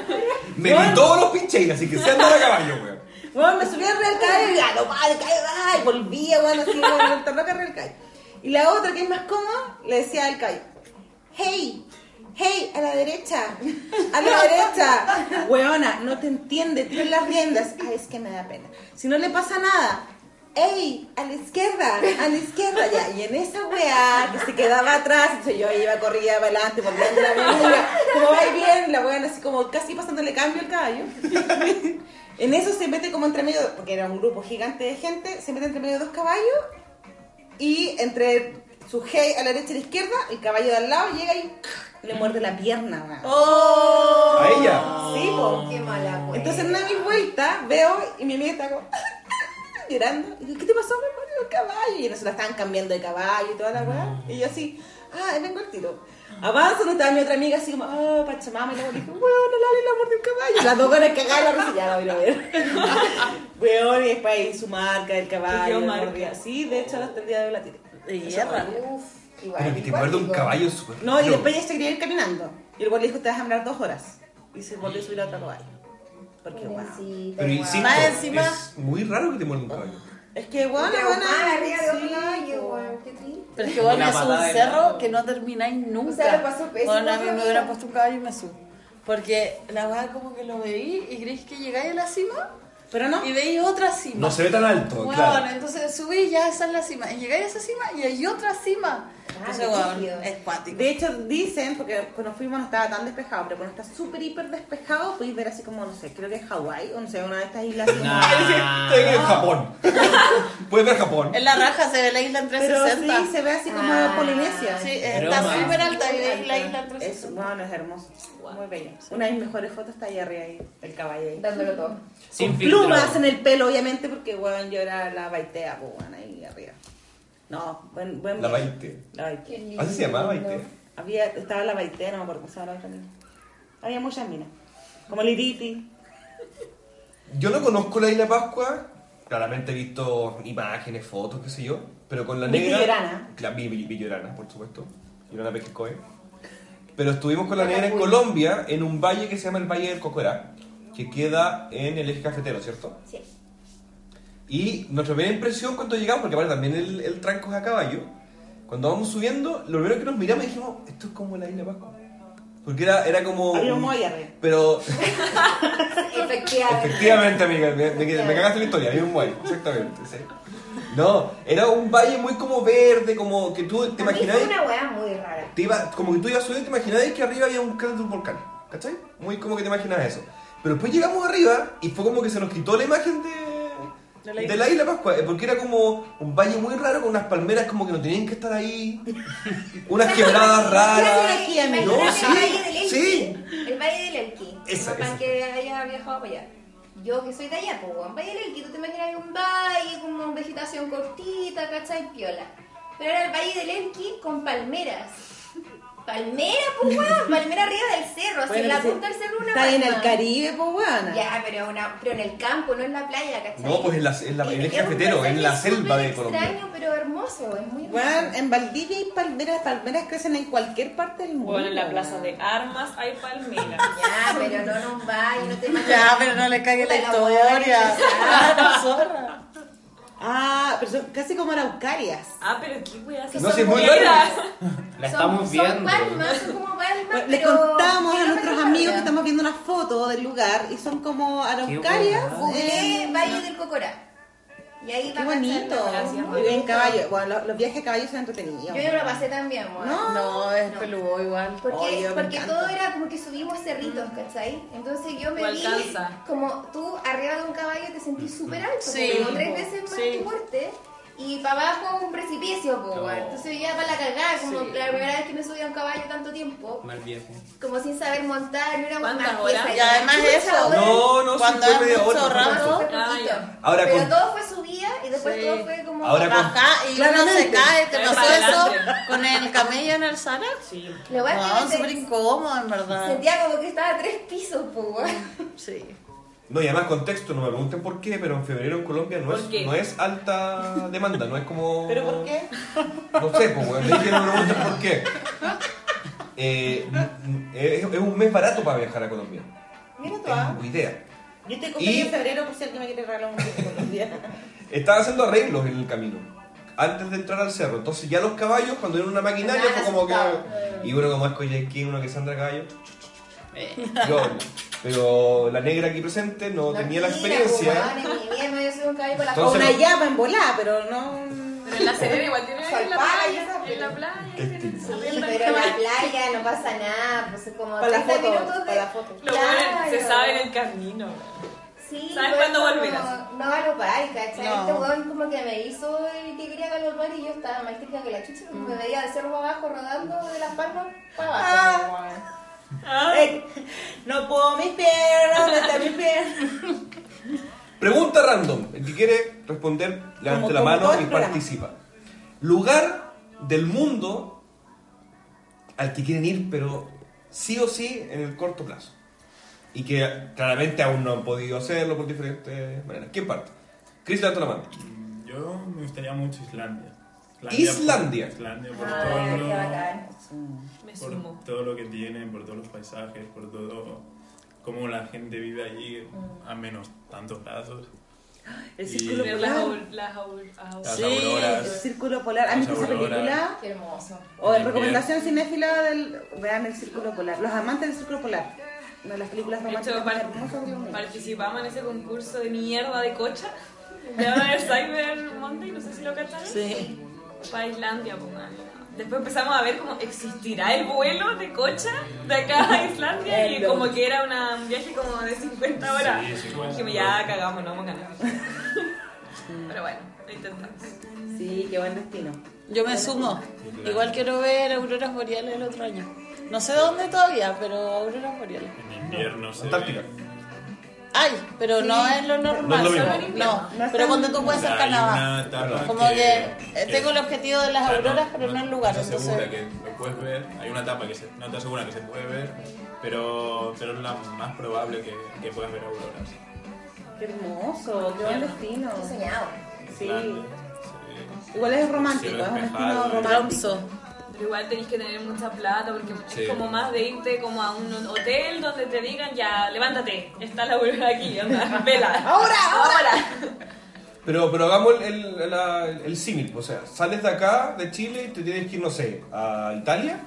Me di todos los pinches, así que se andaba a caballo, weón. Bueno, me subí al Real Calle y ya, no, padre, calle, va, y volvía, bueno, así, bueno, vuelta loca al Real Calle. Y la otra, que es más cómoda, le decía al Calle, hey, hey, a la derecha, a la derecha. Weona, no te entiende, tú en las riendas. Ay, es que me da pena. Si no le pasa nada, hey, a la izquierda, a la izquierda, ya. Y en esa weá, que se quedaba atrás, entonces yo iba, corría, para adelante, volviendo la mía, como va y bien, la weona así como casi pasándole cambio al caballo. En eso se mete como entre medio, porque era un grupo gigante de gente, se mete entre medio dos caballos y entre su hey a la derecha y la izquierda, el caballo de al lado llega y le muerde la pierna. weón. Oh. A ella. Sí, po. Qué mala pues. wea. Entonces en una de mis vueltas veo y mi amiga está como *laughs* llorando. Y digo, ¿qué te pasó? Me murió el caballo. Y nosotros estaban cambiando de caballo y toda la weá. Y yo así, ah, vengo al tiro. Avanzo, no estaba mi otra amiga así como, ah, Pachamama, y luego dijo, weón, la Lali la mordió un caballo. Las dos con el cagado, la risa, ya la voy a ver. Weón, y después ahí su marca del Y caballo, yo la marca. mordida. Sí, de hecho, hasta el día de hoy la tiré. De hierra. Uf, igual. Pero que te muerde un cuático. caballo súper. No, y feo. después ella se quería ir caminando. Y el guardia dijo, te vas a hablar dos horas. Y se volvió a subir a otro caballo. Porque, wow. Pobrecita, Pero guau. insisto, Más encima- es muy raro que te muerda un caballo. Es que, Te bueno, bueno. ahumada arriba de un sí, caballo, po. guau, qué triste. Pero es que bueno, Una es un patada de cerro nabo. que no termináis nunca. O sea, lo pasó pésimo, Bueno, a pero mí me mira. hubiera puesto un caballo y me subo. Porque la weá como que lo veí y creéis que llegáis a la cima Pero no. y veis otra cima. No se ve tan alto, Weón, claro. entonces subí y ya esa es la cima. Y llegáis a esa cima y hay otra cima. Ah, entonces, qué weón, brígido. es cuático. De hecho, dicen, porque cuando fuimos no estaba tan despejado, pero cuando está súper hiper despejado, podéis ver así como, no sé, creo que es Hawái, o no sé, una de estas islas. así como- Estoy en Japón. *laughs* Puedes ver Japón. En la raja se ve la isla en Pero 360. sí, se ve así como Ah, Polinesia. Sí, Broma. está súper alta y veis la isla en Es, 360. bueno, es hermoso, muy bello. Una de mis mejores fotos está ahí arriba, ahí, el caballo ahí. Dándolo todo. Sin Con filtro. plumas en el pelo, obviamente, porque weón, yo era la baitea, pues, weón, ahí arriba. No, buen, buen La viaje. baitea. La baitea. Qué lindo. ¿Así se llamaba Baite? Había, estaba la baitea, no me acuerdo cómo se llama la otra mina. Había muchas minas. Como Liriti. Yo no conozco la isla Pascua. Claramente he visto imágenes, fotos, qué sé yo. Pero con la Viste negra. Llorana. Claro, vi, vi- vi Llorana, por supuesto. Llorana Pesquecoe. Pero estuvimos con la Acapulco. negra en Colombia, en un valle que se llama el Valle del Cocorá, que queda en el eje cafetero, ¿cierto? Sí. Y nuestra primera impresión cuando llegamos, porque aparte también el, el tranco es a caballo, cuando vamos subiendo, lo primero que nos miramos dijimos, esto es como la isla Pascua. Porque era, era como... Había un un- moho ahí arriba. Pero Efectivamente. Efectivamente, amiga, me, me- me cagaste la historia, había un guay, exactamente, sí. No, era un valle muy como verde, como que tú te A mí imaginabas, Fue una weá muy rara. te iba- como que tú ibas subiendo y te imaginabas que arriba había un cráter de un volcán, ¿cachai? Muy como que te imaginabas eso. Pero después llegamos arriba y fue como que se nos quitó la imagen de, De la de la isla Pascua, eh, porque era como un valle muy raro con unas palmeras como que no tenían que estar ahí, *laughs* unas quebradas raras. energía, amigo. Imagínate No, sí, sí. el Valle del Elqui. El Valle del Elqui. Esa, Mi papá esa. que haya viajado para allá. Yo que soy de allá, pues, weón. Valle del Elqui, tú te imaginas un valle con vegetación cortita, ¿cachai? Piola. Pero era el Valle del Elqui con palmeras. Palmeras, pues, weón. Palmera arriba del cerro. Así en la punta del cerro una Está en palma. el Caribe, pues, weón. Ya, pero, una, pero en el campo, no en la playa, ¿cachai? No, pues en la- en la- en el Es un cafetero, en la paisaje selva de súper Colombia. extraño, pero hermoso. Es muy Weón, en Valdivia hay palmeras, palmeras crecen en cualquier parte del mundo. Bueno, en la plaza weón. de armas hay palmeras. Ya, pero no nos va y no te imaginas. Ya, pero no le cague la Puta, la weá, *laughs* historia. esa. Zorra. Ah, pero son casi como araucarias. *laughs* Ah, pero qué weá, si No, son sí, es muy culeras. La Son- estamos Son viendo. palmas, son como palmas. Le pero- contamos pero a no nuestros me amigos recuerda. que estamos viendo una foto del lugar y son como araucarias. guay. eh, Googleé Valle del Cocorá. Y ahí va Qué a cachar bonito. la gracia, Y en bonito. caballo. Bueno, los, los viajes a caballo son entretenidos. Yo ya lo pasé también, amor. No. No, es peludo igual. Porque, Oye, me porque encanta. todo era como que subimos cerritos, ¿cachai? Entonces yo me O vi alcanza. como tú arriba de un caballo te sentís súper alto, Sí, como po, tres veces más sí. tu porte. y para abajo un precipicio, po, No. weón. Entonces yo iba para la cagada, como Sí. la primera vez que me subí a un caballo tanto tiempo, Mal viaje. como sin saber montar, yo era una ¿Cuántas pieza, horas? era Y además chucha, eso. weón. No, no, sí Cuando fue hay media mucho hora. fue rato, Todo tanto. fue Ah, poquito. ya. Ahora Pero con- todo fue subida y después Sí. todo fue como... Ahora con- Ajá, y uno se Claramente. cae, ¿te Ven pasó para eso adelante. con el camello en el Sara? Sí. Lo bueno es No, que me súper sen- incómodo, en verdad. sentía como que estaba a tres pisos, po, weón. Sí. No, y además contexto, no me pregunten por qué, pero en febrero en Colombia no, ¿Por es, qué? no es alta demanda, no es como... ¿Pero por qué? No sé, pues, weón, le dije, no me pregunten por qué. Eh, mm, es, es un mes barato para viajar a Colombia. Mira tú, ah. Tengo idea. Yo estoy cumpliendo Y- en febrero por si alguien me quiere regalar un disco algún día. Estaban haciendo arreglos en el camino, antes de entrar al cerro. Entonces ya los caballos, cuando eran una maquinaria, Estaban fue como que... asustados. Y uno como es Coyesquín, uno que se anda a caballo. Eh. Yo, pero la negra aquí presente no, tenía la Mira, experiencia. pues, po, weón, en mi vida me había subido un caballo con la Entonces- Una llama en volá, pero no. Pero en la Serena igual tiene en la Salpala y esa, playa. En la pero- playa. Qué tienen estigma. esa Sí, mierda. pero en la playa no pasa nada, pues es como Para la 30 foto, minutos de... para la foto. Lo bueno, se Claro. sabe en el camino. Sí, ¿Sabes fue cuándo como- volverás? No galopar, ¿cachai? No. Este weón como que me hizo el que quería galopar y yo estaba más triste que la chucha, como Mm. me veía de cerro abajo rodando de las palmas para abajo. Ah. Ey, no puedo mis piernas, ¿dónde están mis piernas? Pregunta random. El que quiere responder, Como- levante la como todo mano el y programa. participa. Lugar del mundo al que quieren ir, pero sí o sí en el corto plazo. Y que claramente aún no han podido hacerlo por diferentes maneras. ¿Quién parte? Chris, levanta la mano. Mm, Yo me gustaría mucho Islandia. por- Islandia. Islandia por Ah, todo Ay, lo- qué bacán. Me por sumo. todo lo que tienen, por todos los paisajes, por todo cómo la gente vive allí Mm. a menos tantos grados. El Y- círculo Ver las polar. aur- las aur- auroras. Las Sí, el auroras. círculo polar. ¿Han visto esa Las auroras. película? Qué hermoso. O en Bien. recomendación cinéfila del. Vean el círculo polar. Los amantes del círculo polar. Una de las películas De hecho, románticas más par- hermosas de un participamos en ese concurso de mierda de cocha. De ahora el Cyber Monday, no sé si lo cantaron. Sí. Para Islandia, pues man. Después empezamos a ver cómo existirá el vuelo de cocha de acá a Islandia *laughs* y como que era una- un viaje como de 50 horas. Sí, 50 Dijimos, ya cagamos, no vamos a ganar. *laughs* Pero bueno, lo intentamos. Sí, qué buen destino. Yo me sumo. Igual quiero ver auroras boreales el otro año. No sé dónde todavía, pero auroras boreales. En invierno se Antártica. ve- Ay, pero no es lo normal. No es lo solo mismo. en invierno. No es pero tan- cuando tú puedes ser Hay una Canadá. etapa Como que eh, que- tengo el objetivo de o las sea, no- auroras, pero no en lugar. No te asegura Entonces, que lo puedes ver. Hay una etapa que se- no te asegura que se puede ver, pero, pero es la más probable que, que puedas ver auroras. Qué hermoso, qué buen destino. Yo soñado. Sí. Islandia, sí. Igual es romántico, Cielo es un destino despejado, romántico. Tromso. Pero igual tenéis que tener mucha plata porque Sí. es como más de irte como a un hotel donde te digan ya, levántate, está la aurora aquí, anda, vela. ¡Ahora, ahora! Pero, pero hagamos el, el, la- el símil. O sea, sales de acá, de Chile, y te tienes que ir, no sé, a *laughs* Italia.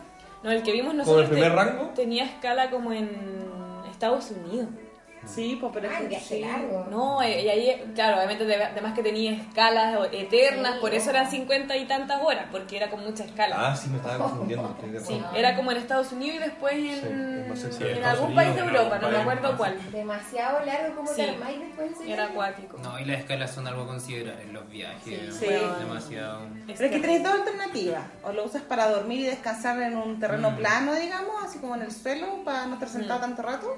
No, el que vimos nosotros el primer te- rango? tenía escala como en Estados Unidos. Sí, pues pero es Ah, un que viaje sí. largo. No, eh, y ahí, claro, obviamente de- además que tenía escalas eternas, Sí. por eso eran 50 y tantas horas, porque era con mucha escala. Ah, sí, me estaba confundiendo. estoy de Sí, acuerdo. era como en Estados Unidos y después Sí, es en, más cerca de en Estados algún Unidos, país de en Europa, algún no me país acuerdo más. cuál. Demasiado largo como Sí. te armáis después en serio? Era acuático. No, y las escalas son algo a considerar en los viajes. Sí. Demasiado. Pero es que tenés dos alternativas. O lo usas para dormir y descansar en un terreno Mm. plano, digamos, así como en el suelo, para no estar sentado tanto rato.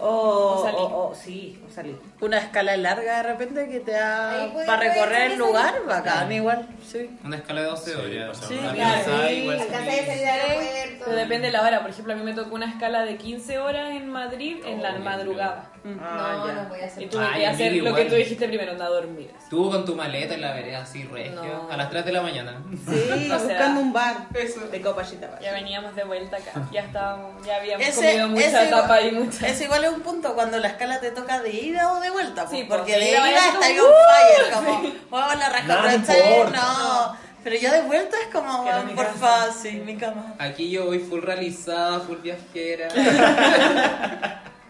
O, O salir. o- o- sí, o salir. Una escala larga de repente que te da Ahí puede- para puede recorrer el ser lugar, bacán, igual. Sí. Una escala de 12 Sí, horas. pasamos Sí, A mí claro. me da Sí, igual Alcanzáis a salir. salir del aeropuerto. Pero depende de la hora, por ejemplo, a mí me tocó una escala de 15 horas en Madrid en la Oh, madrugada. Mm. Ah, No, ya. no voy a Y hacer. tuve Ay, que hacer mira, lo que igual. tú dijiste primero, andar a dormir. Tú con tu maleta en la vereda así regio, No. a las 3 de la mañana. Sí, O sea, buscando un bar de copachita bar. Ya veníamos de vuelta acá, ya estábamos, ya habíamos Ese- comido mucha ese- tapa y mucha... Es igual es un punto cuando la escala te toca de ida o de vuelta. Sí, Sí, pues, porque de de ida ida, vaya está como, ahí on fire, como, wow, la Nada me rascabracha, importa. no, Pero ya de vuelta es como, Quiero wow, mi por casa. favor, sí, mi cama. Aquí yo voy full realizada, full viajera.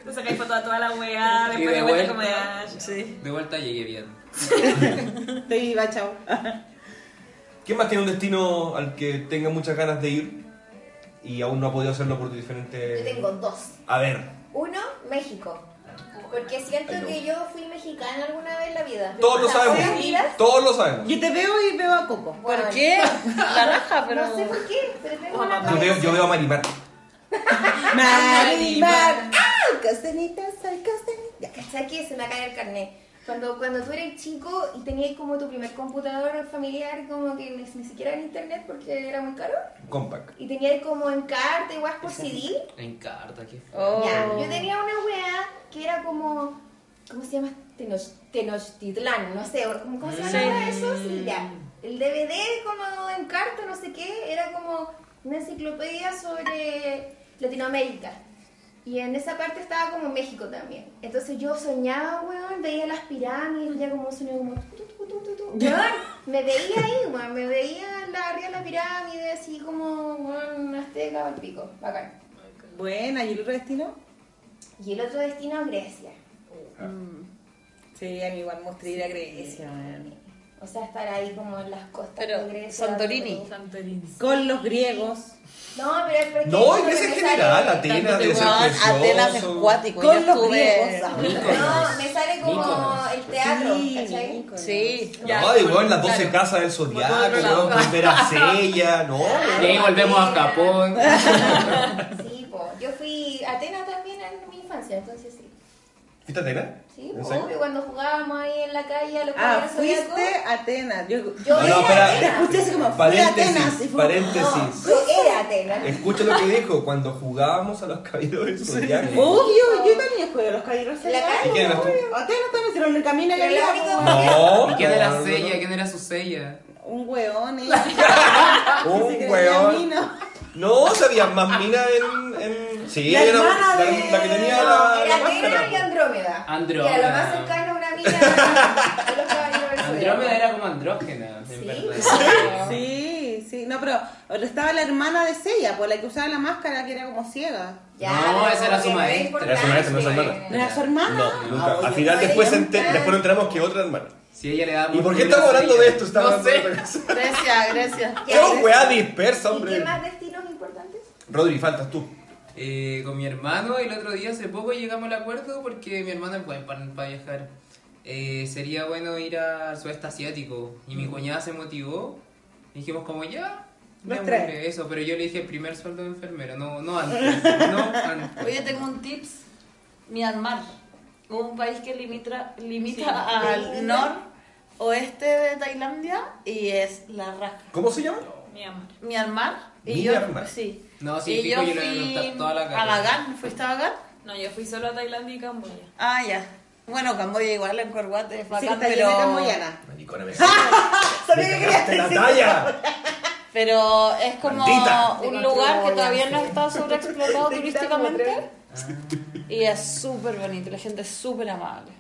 Tú sacáis foto a toda la weá, Y después de de vuelta vuelta. como ya... Sí. De vuelta llegué bien. Estoy viva, chao. ¿Quién más tiene un destino al que tenga muchas ganas de ir Eh, y aún no ha podido hacerlo por diferentes... Yo tengo dos. A ver, Uno, México. Porque siento Ay, no. que yo fui mexicana alguna vez en la vida. Todos lo O sea, sabemos. varias vidas. Todos lo sabemos. Yo te veo y veo a Coco. Bueno, La raja, pero. No sé por qué, pero tengo una Yo veo, yo veo a Marimar. Marimar. ¡Ah! Costanita, soy costanita. Ya. ¿Cachai que se me cae el carnet? Cuando, cuando tú eres chico y tenías como tu primer computador familiar, como que ni, ni siquiera en internet porque era muy caro, Compact. y tenías como en carta, igual por CD, En carta, qué feo. Oh. ya, yo tenía una weá que era como, ¿cómo se llama? Tenoch- Tenochtitlán, no sé, ¿cómo, cómo se llama la weá de eso? Sí, ya. El DVD como en carta, no sé qué, era como una enciclopedia sobre Latinoamérica. Y en esa parte estaba como México también. Entonces yo soñaba, weón, veía las pirámides, veía como un sonido como... tu, tu, tu, tu, tu. Weón, me veía ahí, weón, me veía la, arriba de la pirámide, así como, weón, azteca, al pico, bacán. Buena, ¿y el otro destino? Y el otro destino, Grecia. Sí, a mí igual me gustaría ir a Grecia. O sea, estar ahí como en las costas Pero, de Grecia. Santorini. Santorini. Con los griegos. No, pero es porque... No, en porque ese me general, sale- Atenas debe ser Weón, precioso. Atenas es cuático. Yo Con los estuve. griegos. No, me sale como Míconos. el teatro, ¿cachai? Míconos. Sí. Ya, No, igual las claro. 12 casas del Por todo zodiaco, el lado. weón, volver a Sella, no. De ahí volvemos a Japón. Sí, po. Yo fui a Atenas también en mi infancia, entonces sí. ¿Fuiste a Atenas? Sí, ¿En po, serio? obvio, cuando jugábamos ahí en la calle a los Ah, caballeros fuiste zodiacos, a Atenas. Yo, Yo No, no, era para- Te Atenas. escuché así como, fui a Atenas. y Paréntesis, fue- paréntesis. Yo era Atenas. Escucha lo que dijo, cuando jugábamos a los caballeros del Uh. zodiaco. Obvio, yo también juego a los caballeros. En la ¿Y quién calle. eras tú? Atenas también se lo encamina que Pero la había, única po. No. *laughs* ¿Y quién era no, no, no. sella? ¿Quién era su sella? Un weón, eh. Un Se weón. creía mina. No, sabías más mina en. en... Sí, La era hermana la, de- la que tenía No, la, era la Atenas y máscara. Andrómeda. Andrómeda. Que era lo más cercano a una amiga de los caballeros del Andrómeda Zodiaco. era como andrógena, en Sí. verdad. Sí, sí, no, pero pero estaba la hermana de Sella, por la que usaba la máscara que era como ciega. Ya, No, pero esa era su que no es maestra. Era su maestra, no su importante. hermana. ¿No era su hermana? No, Ah, nunca. Al oye, final no, después, ella- ente- después nos enteramos que otra hermana. Si ella le daba ¿Y por qué mucho estamos dinero a hablando de Sella? esto? Estamos No hablando de sé. otra cosa. Grecia, Grecia. Ya, Qué pero- weá dispersa, ¿Y qué hombre. más destinos importantes? Rodri, faltas tú. Eh, con mi hermano el otro día hace poco llegamos al acuerdo porque mi hermano es bueno para, viajar. Eh, sería bueno ir al sudeste asiático y Mm. mi cuñada se motivó. Dijimos como ya, Los ya, tres. hombre, eso, pero yo le dije el primer sueldo de enfermero, no, no antes, *laughs* no antes. Oye, tengo un tips. Myanmar, un país que limita, limita al noroeste de Tailandia y es la raja. ¿Cómo se llama? Mi amor. Myanmar y Myanmar. yo sí. No, sí, y fijo, yo yo le voy a fui preguntar toda la a cara. Bagan, ¿fuiste a Bagan? No, yo fui solo a Tailandia y Camboya. Ah, ya. Bueno, Camboya igual en Corguate es Sí, bacán, está pero llena de camboyana. Maricona, me Sabía que querías cagaste la talla. pero es como Maldita. un lugar que todavía no *laughs* está sobreexplotado turísticamente y es súper bonito, la gente es súper amable.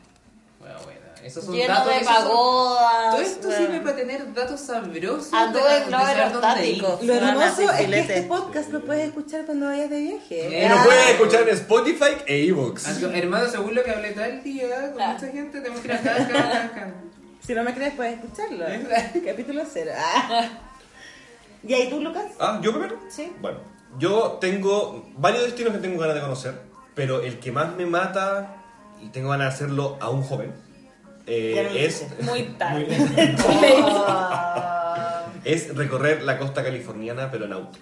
Bueno, bueno, esos son Lleno datos. de esos son- pagodas. Todo esto bueno. sirve para tener datos sabrosos. Ah, todo de- el globo de saber dónde ir. aerostático. Lo Ganas hermoso de es que filete. este podcast lo puedes escuchar cuando vayas de viaje. Y nos puedes escuchar en Spotify e Ah, Evox. no, Hermano, según lo que hablé tal día, con Claro. mucha gente, tenemos que ir acá, acá, acá. *laughs* Si no me crees, puedes escucharlo. ¿Eh? Capítulo cero. Ah. ¿Y ahí tú, Lucas? Ah, ¿yo primero? Sí. Bueno, yo tengo varios destinos que tengo ganas de conocer, pero el que más me mata, y tengo ganas de hacerlo a un joven, eh, Ya lo es, Muy tarde. *laughs* Ah. es recorrer la costa californiana, pero en auto.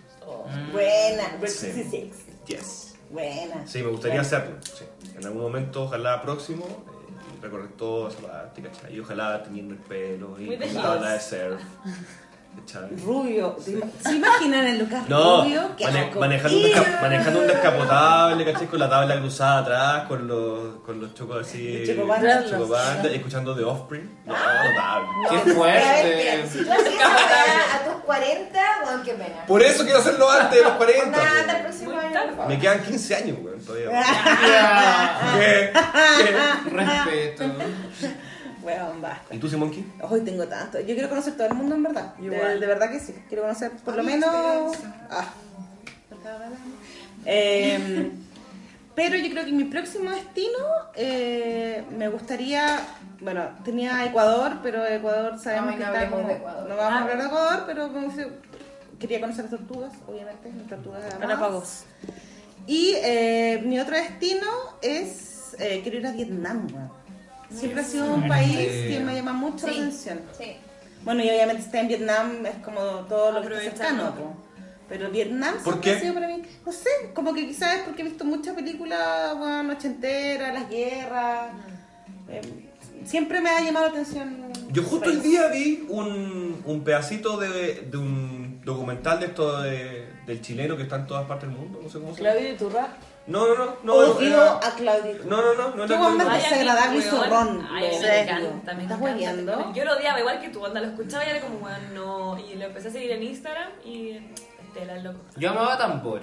Buena. Sí, sí. Yes. Buena. Sí, me gustaría hacerlo. sí. En algún momento, ojalá próximo, eh, recorrer toda esa parte, ¿cachai? Y ojalá teniendo el pelo y Muy de con tabla de hits. surf. *laughs* ¿cachai? Rubio. ¿Se ima- ¿Se imaginan el Lucas No, rubio? Qué mane- asco. manejando, un desca- manejando un descapotable, ¿cachai? Con la tabla cruzada atrás, con los, con los chocos así. Chocobandas. chocobandas, escuchando The Offspring. No, Ah. notable. Qué A ver, este, mira, fuerte. si tú haces esa weá a tus 40, bueno, qué pena. Por eso quiero hacerlo antes de los Nada, hasta el 40. próximo año, por po. favor. Me quedan 15 años, weón, *laughs* todavía. ¿Qué? Respeto. Weón, basta. ¿Y tú, Simonki? Hoy tengo tanto. Yo quiero conocer todo el mundo en verdad. De, de verdad que sí. Quiero conocer por lo menos. Ah. Eh, pero yo creo que mi próximo destino eh, me gustaría. Bueno, tenía Ecuador, pero Ecuador sabemos Ay, que no está hablemos como. de Ecuador. No vamos a Ah. hablar de Ecuador, pero como se- quería conocer las tortugas, obviamente. Las tortugas de Amazonas. Galápagos. Y eh, mi otro destino es es, eh, quiero ir a Vietnam. weón. Siempre ha sido un país que me llama mucho la atención. Sí. Bueno, y obviamente estar en Vietnam es como todo lo que está cercano. po. Pero Vietnam ¿Por siempre qué? ha sido para mí, no sé, como que quizás es porque he visto muchas películas, bueno, ochenteras, las guerras. eh, siempre me ha llamado la atención. Yo ese justo el país. día vi un, un pedacito de, de un documental de esto de- del chileno que está en todas partes del mundo, no sé cómo se llama. Claudio Iturra. No, no, no, no, Odio era- a Claudio. no, no, no, no Qué era hombre Claudio. Ay, a mí, desagradable y weón. zorrón. Ay, a mí lo me odio. encanta, me ¿Estás encanta. hueviando? Yo lo odiaba igual que tú, onda, lo escuchaba y era como, bueno, no. Y lo empecé a seguir en Instagram y. Estela, loco. Yo amaba Tambor.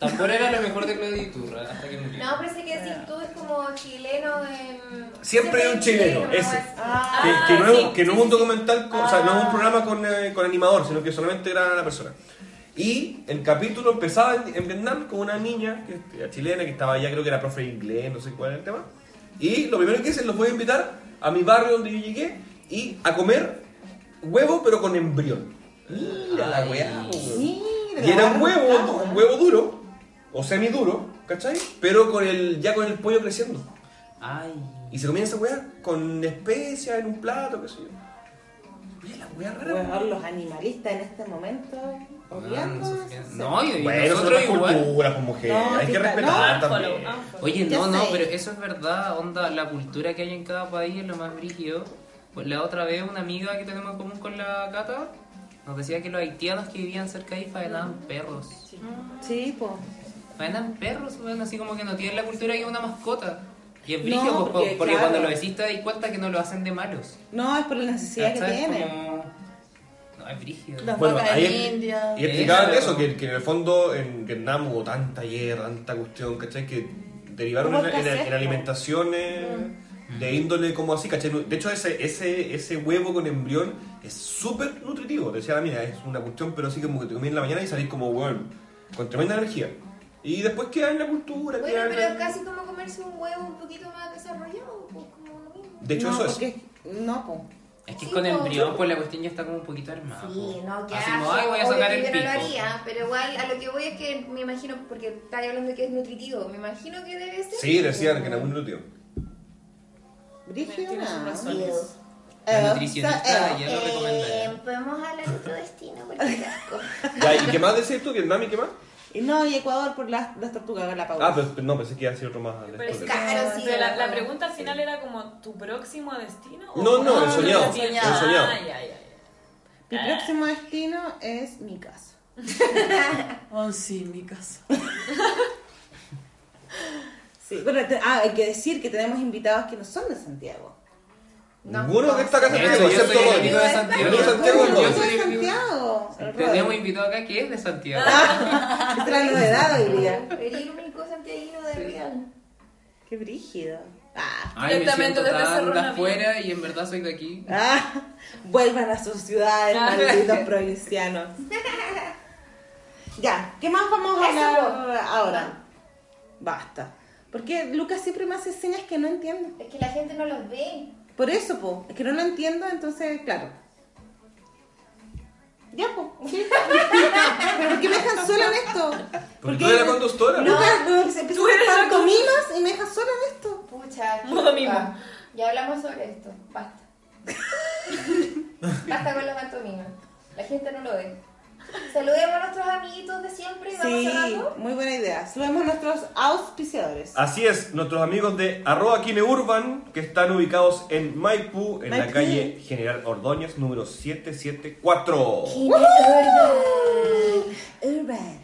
Tambor era lo mejor de Claudio Iturra hasta que murió. No, pero sé que decís tú es como chileno em, en... Siempre hay un chileno, ¿no? ese. Ah, Que, que no, sí, es, que no es un documental, con- o sea, no es un programa con, eh, con animador, sino que solamente graban a la persona. Y el capítulo empezaba en, en Vietnam con una niña que, era chilena que estaba allá, creo que era profe de inglés, no sé cuál era el tema. Y lo primero que hice, los voy a invitar a mi barrio donde yo llegué y a comer huevo, pero con embrión. Mira la Ay. weá. weón. Mira, Y era un claro. huevo, un huevo duro, o semiduro, ¿cachai? Pero con el, ya con el pollo creciendo. Ay. Y se comienza esa weá con especias en un plato, qué sé yo. Mira la weá rara. Weón, los animalistas en este momento. No, odiando, no, sé pues, sí. qué- no, y Bueno, son nosotros otras igual. culturas, pues, mujer. No, Hay que sí, respetar no, también. unfollow, Oye, Ya no, no, sé. pero eso es verdad, onda, la cultura que hay en cada país es lo más brígido. Pues la otra vez una amiga que tenemos en común con la Cata nos decía que los haitianos que vivían cerca ahí faenaban perros. Sí, po. Faenan perros, weón, así como que no tienen la cultura que es una mascota. Y es No, brígido, pues, po- porque, porque, claro. cuando lo decís te das cuenta que no lo hacen de malos. No, es por la necesidad que ¿Cachai? tienen. Como- No, es brígido. Las Bueno, vacas ahí en es- India. Y explicaban Déjalo. eso, que, que en el fondo en Vietnam hubo tanta guerra, tanta cuestión, ¿cachai? Que derivaron Hubo en, en- en escasez, ¿no? alimentaciones de índole como así, ¿cachai? De hecho, ese, ese, ese huevo con embrión es súper nutritivo. Decía la mía, es una cuestión, pero sí como que te comí en la mañana y salís como, weón, con tremenda energía. Y después queda en la cultura, Ah, Bueno, queda en pero la- casi como comerse un huevo un poquito más desarrollado, pues como lo mismo. De hecho, no, eso es. porque, No, po. Es que Sí, con po. embrión, pues la cuestión ya está como un poquito armada. Sí, po. no, que Ah, pues, Así como, ay, voy a sacar el yo no pico. lo haría, pero igual a lo que voy es que me imagino, porque estás hablando de que es nutritivo, me imagino que debe ser. Sí, decían que en algún nutritivo. Brígido, Tiene sus nada. razones. La Eh, nutricionista eh, ya lo recomendaría. podemos hablar de tu destino, porque *laughs* qué asco. Ya, ¿Y qué más decís tú? ¿Vietnam y qué más? Y no, y Ecuador por las, las tortugas galápagos. Ah, pero no, pensé que iba a decir otro más. Pero, es después. que- Claro, sí, pero la, claro. la pregunta al final era como, ¿tu próximo destino? o- No, no, el soñado, el el soñado. Ah, ya, ya, ya. Mi próximo destino es mi casa. Oh, sí, mi casa. Sí, bueno, te- ah, hay que decir que tenemos invitados que no son de Santiago. Ninguno de esta casa De tiene hecho, yo soy concepto el Rodri. único de Santiago. Yo soy Santiago, Yo Rodri. soy de Santiago. el Tenemos Rodri. invitado acá que es de Santiago. Ah, esta es la novedad hoy día. Eres el único santiaguino de real. Qué brígido. Ah, *laughs* Ay, me Directamente siento desde tan Cerro de Navia. afuera y en verdad soy de aquí. ah, vuelvan a sus ciudades, malditos provincianos. Ya, ¿qué más vamos a hablar ahora? Basta. Porque Lucas siempre me hace señas que no entiendo. Es que la gente no los *laughs* ve. Por eso, po, es que no lo entiendo, entonces, claro. Ya, po. ¿qué? ¿Pero por qué me dejan sola en esto? Porque tú eres la conductora, ¿no? Lucas, no, se empieza Tú eres a hacer la conductora. pantomimas y me dejan sola en esto. *laughs* Pucha. qué Modo loca. mimo. Ya hablamos sobre esto. Basta. Basta con la pantomima. La gente no lo ve. Saludemos a nuestros amiguitos de siempre y vamos Sí, cerrando. muy buena idea. Subimos a nuestros auspiciadores. Así es, nuestros amigos de arroba Kine Urban, que están ubicados en Maipú, en la Maipú. calle General Ordóñez, número 774. Urban.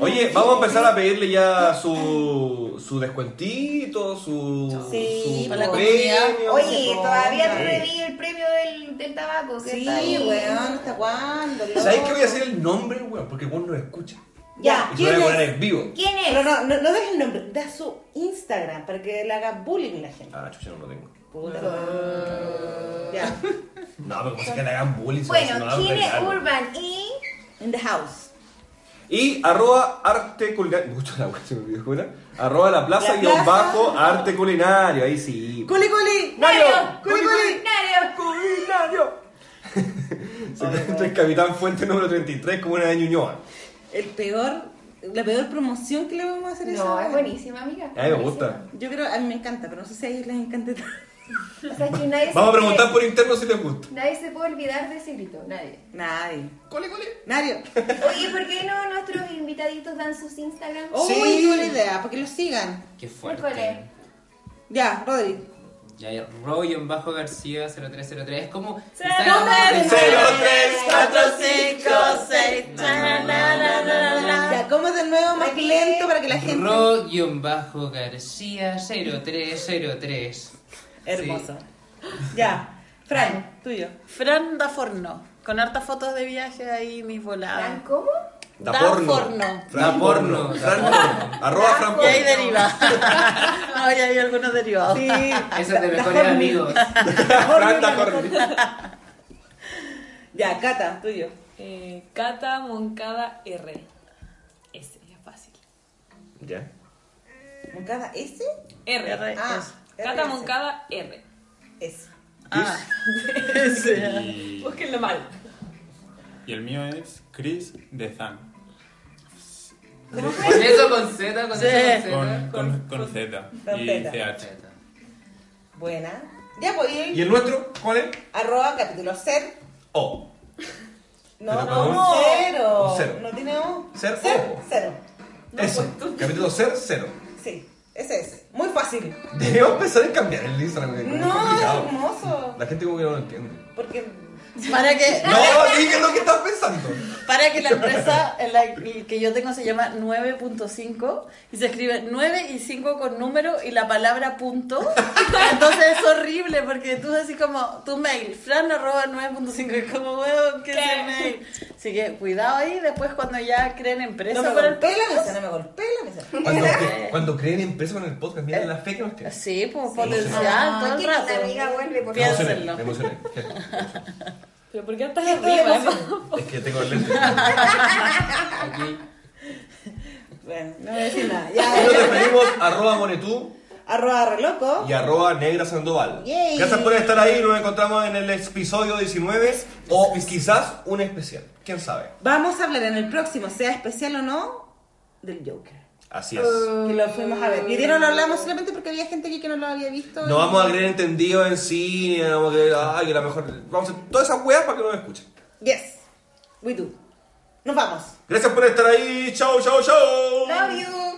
Oye, vamos a empezar a pedirle ya su, su descuentito, su, Sí, su para la premio. Oye, todavía Sí. no reví el premio del, del tabaco. Que Sí, está ahí. weón, ¿hasta cuándo? ¿Sabes qué voy a hacer el nombre, weón? Porque vos no escucha. Ya, Y se lo ¿quién voy a poner es? en vivo. ¿Quién es? Pero no, no, no dejes el nombre, da su Instagram para que le haga bullying la gente. Ah, chucha, no lo tengo. Puta. Ya. No, pero como si que le hagan bullying. se va a hacer, Bueno, no, ¿quién es regalo. Urban? Y. In the house. Y arroba arte culinario. Mucho la wea, se me olvidó una. Arroba la plaza La guión plaza. bajo arte culinario. Ahí sí. ¡Culi, culi! ¡Culi, culi! Nario. ¡Culinario! Se encuentra el capitán Fuente número 33 como una de Ñuñoa. El peor la peor promoción que le vamos a hacer a esa No, weá. es buenísima, amiga. A mí me gusta. Yo creo, a mí me encanta, pero no sé si a ellos les encanta *laughs* tanto. O sea, que nadie se Vamos a puede- preguntar por interno si te gusta. Nadie se puede olvidar de ese grito, nadie. Nadie. Cole, cole. Nadie. Oye, ¿por qué no nuestros invitaditos dan sus Instagram? Uy, Sí. qué buena idea, para que los sigan. Qué Híjole. fuerte. Ya, Rodri. Ya hay Roy en bajo García 0303. Es como. Cero Instagram tres, de- cero Ya, ¿cómo es de nuevo más Rodri. lento para que la gente. Ro-García 0303. Hermoso. Ya, Fran, tuyo. Fran da forno, con hartas fotos de viaje ahí, mis voladas. ¿Tan ¿Cómo? Da Da porno. porno. Fran Da porno. Fran Da porno. Arroba Fran Y ahí porno. deriva. no, ya hay algunos derivados. Sí. Eso la- es de Ah, la mejores Horny. *laughs* amigos. *laughs* Fran da porno. Ya, Cata, tuyo. Eh, Cata Moncada R. Ese, es fácil. Ya. ¿Moncada S? R. R. Ah, Cata RS. Moncada R. S. Ah, ese. Y, Búsquenlo mal. y el mío es Chris de Zan. Con eso con Z, con Sí. eso con Con, Z. con, con Z con y Z. CH. Buena. Ya, pues, ¿Y el nuestro? ¿Cuál es? arroba capítulo ser. O. No, Pero no, con no, un- cero. un cero. No tiene un. Ser Cero, ojo. cero. Eso. pues, Capítulo ser, cero. Sí, ese es. Muy fácil. Deberíamos pensar en cambiar el Instagram. porque es muy No, es complicado. hermoso. La gente como que no lo entiende. Porque. Para que, *laughs* No, dije lo que estás pensando. para que la empresa en la que yo tengo se llama 9.5 y se escribe 9 y 5 con número y la palabra punto. Entonces es horrible porque tú decís como tu mail, fran arroba 9.5 y es como, weón, ¿qué es el mail? Así que cuidado ahí después cuando ya creen No empresa me para el golpea la mesa, no me golpea la mesa. *laughs* Cuando, cre- cuando creen empresa con el podcast, miren la fe que nos tiene. Sí, pues potencial, potencial, Ay, todo el que rato. la amiga vuelve, por Me Piensa. favor. emocioné, Piénsenlo. me emocioné. *laughs* ¿Pero por qué estás arriba? Es que tengo el lente. Aquí. Bueno, no voy a decir nada. Y Ya, nos despedimos, arroba monetú arroba reloco. y arroba negra sandoval. Yay. Gracias por estar ahí, nos encontramos en el episodio 19 o quizás un especial, quién sabe. Vamos a hablar en el próximo, sea especial o no, del Joker. Así es. Que lo fuimos a ver. Y de no lo hablamos solamente porque había gente aquí que no lo había visto. No vamos a creer entendido en cine, no vamos a creer, ay, que la mejor. Vamos a hacer todas esas weas para que nos escuchen. Yes, we do. Nos vamos. Gracias por estar ahí, chao, chao, chao. Love you.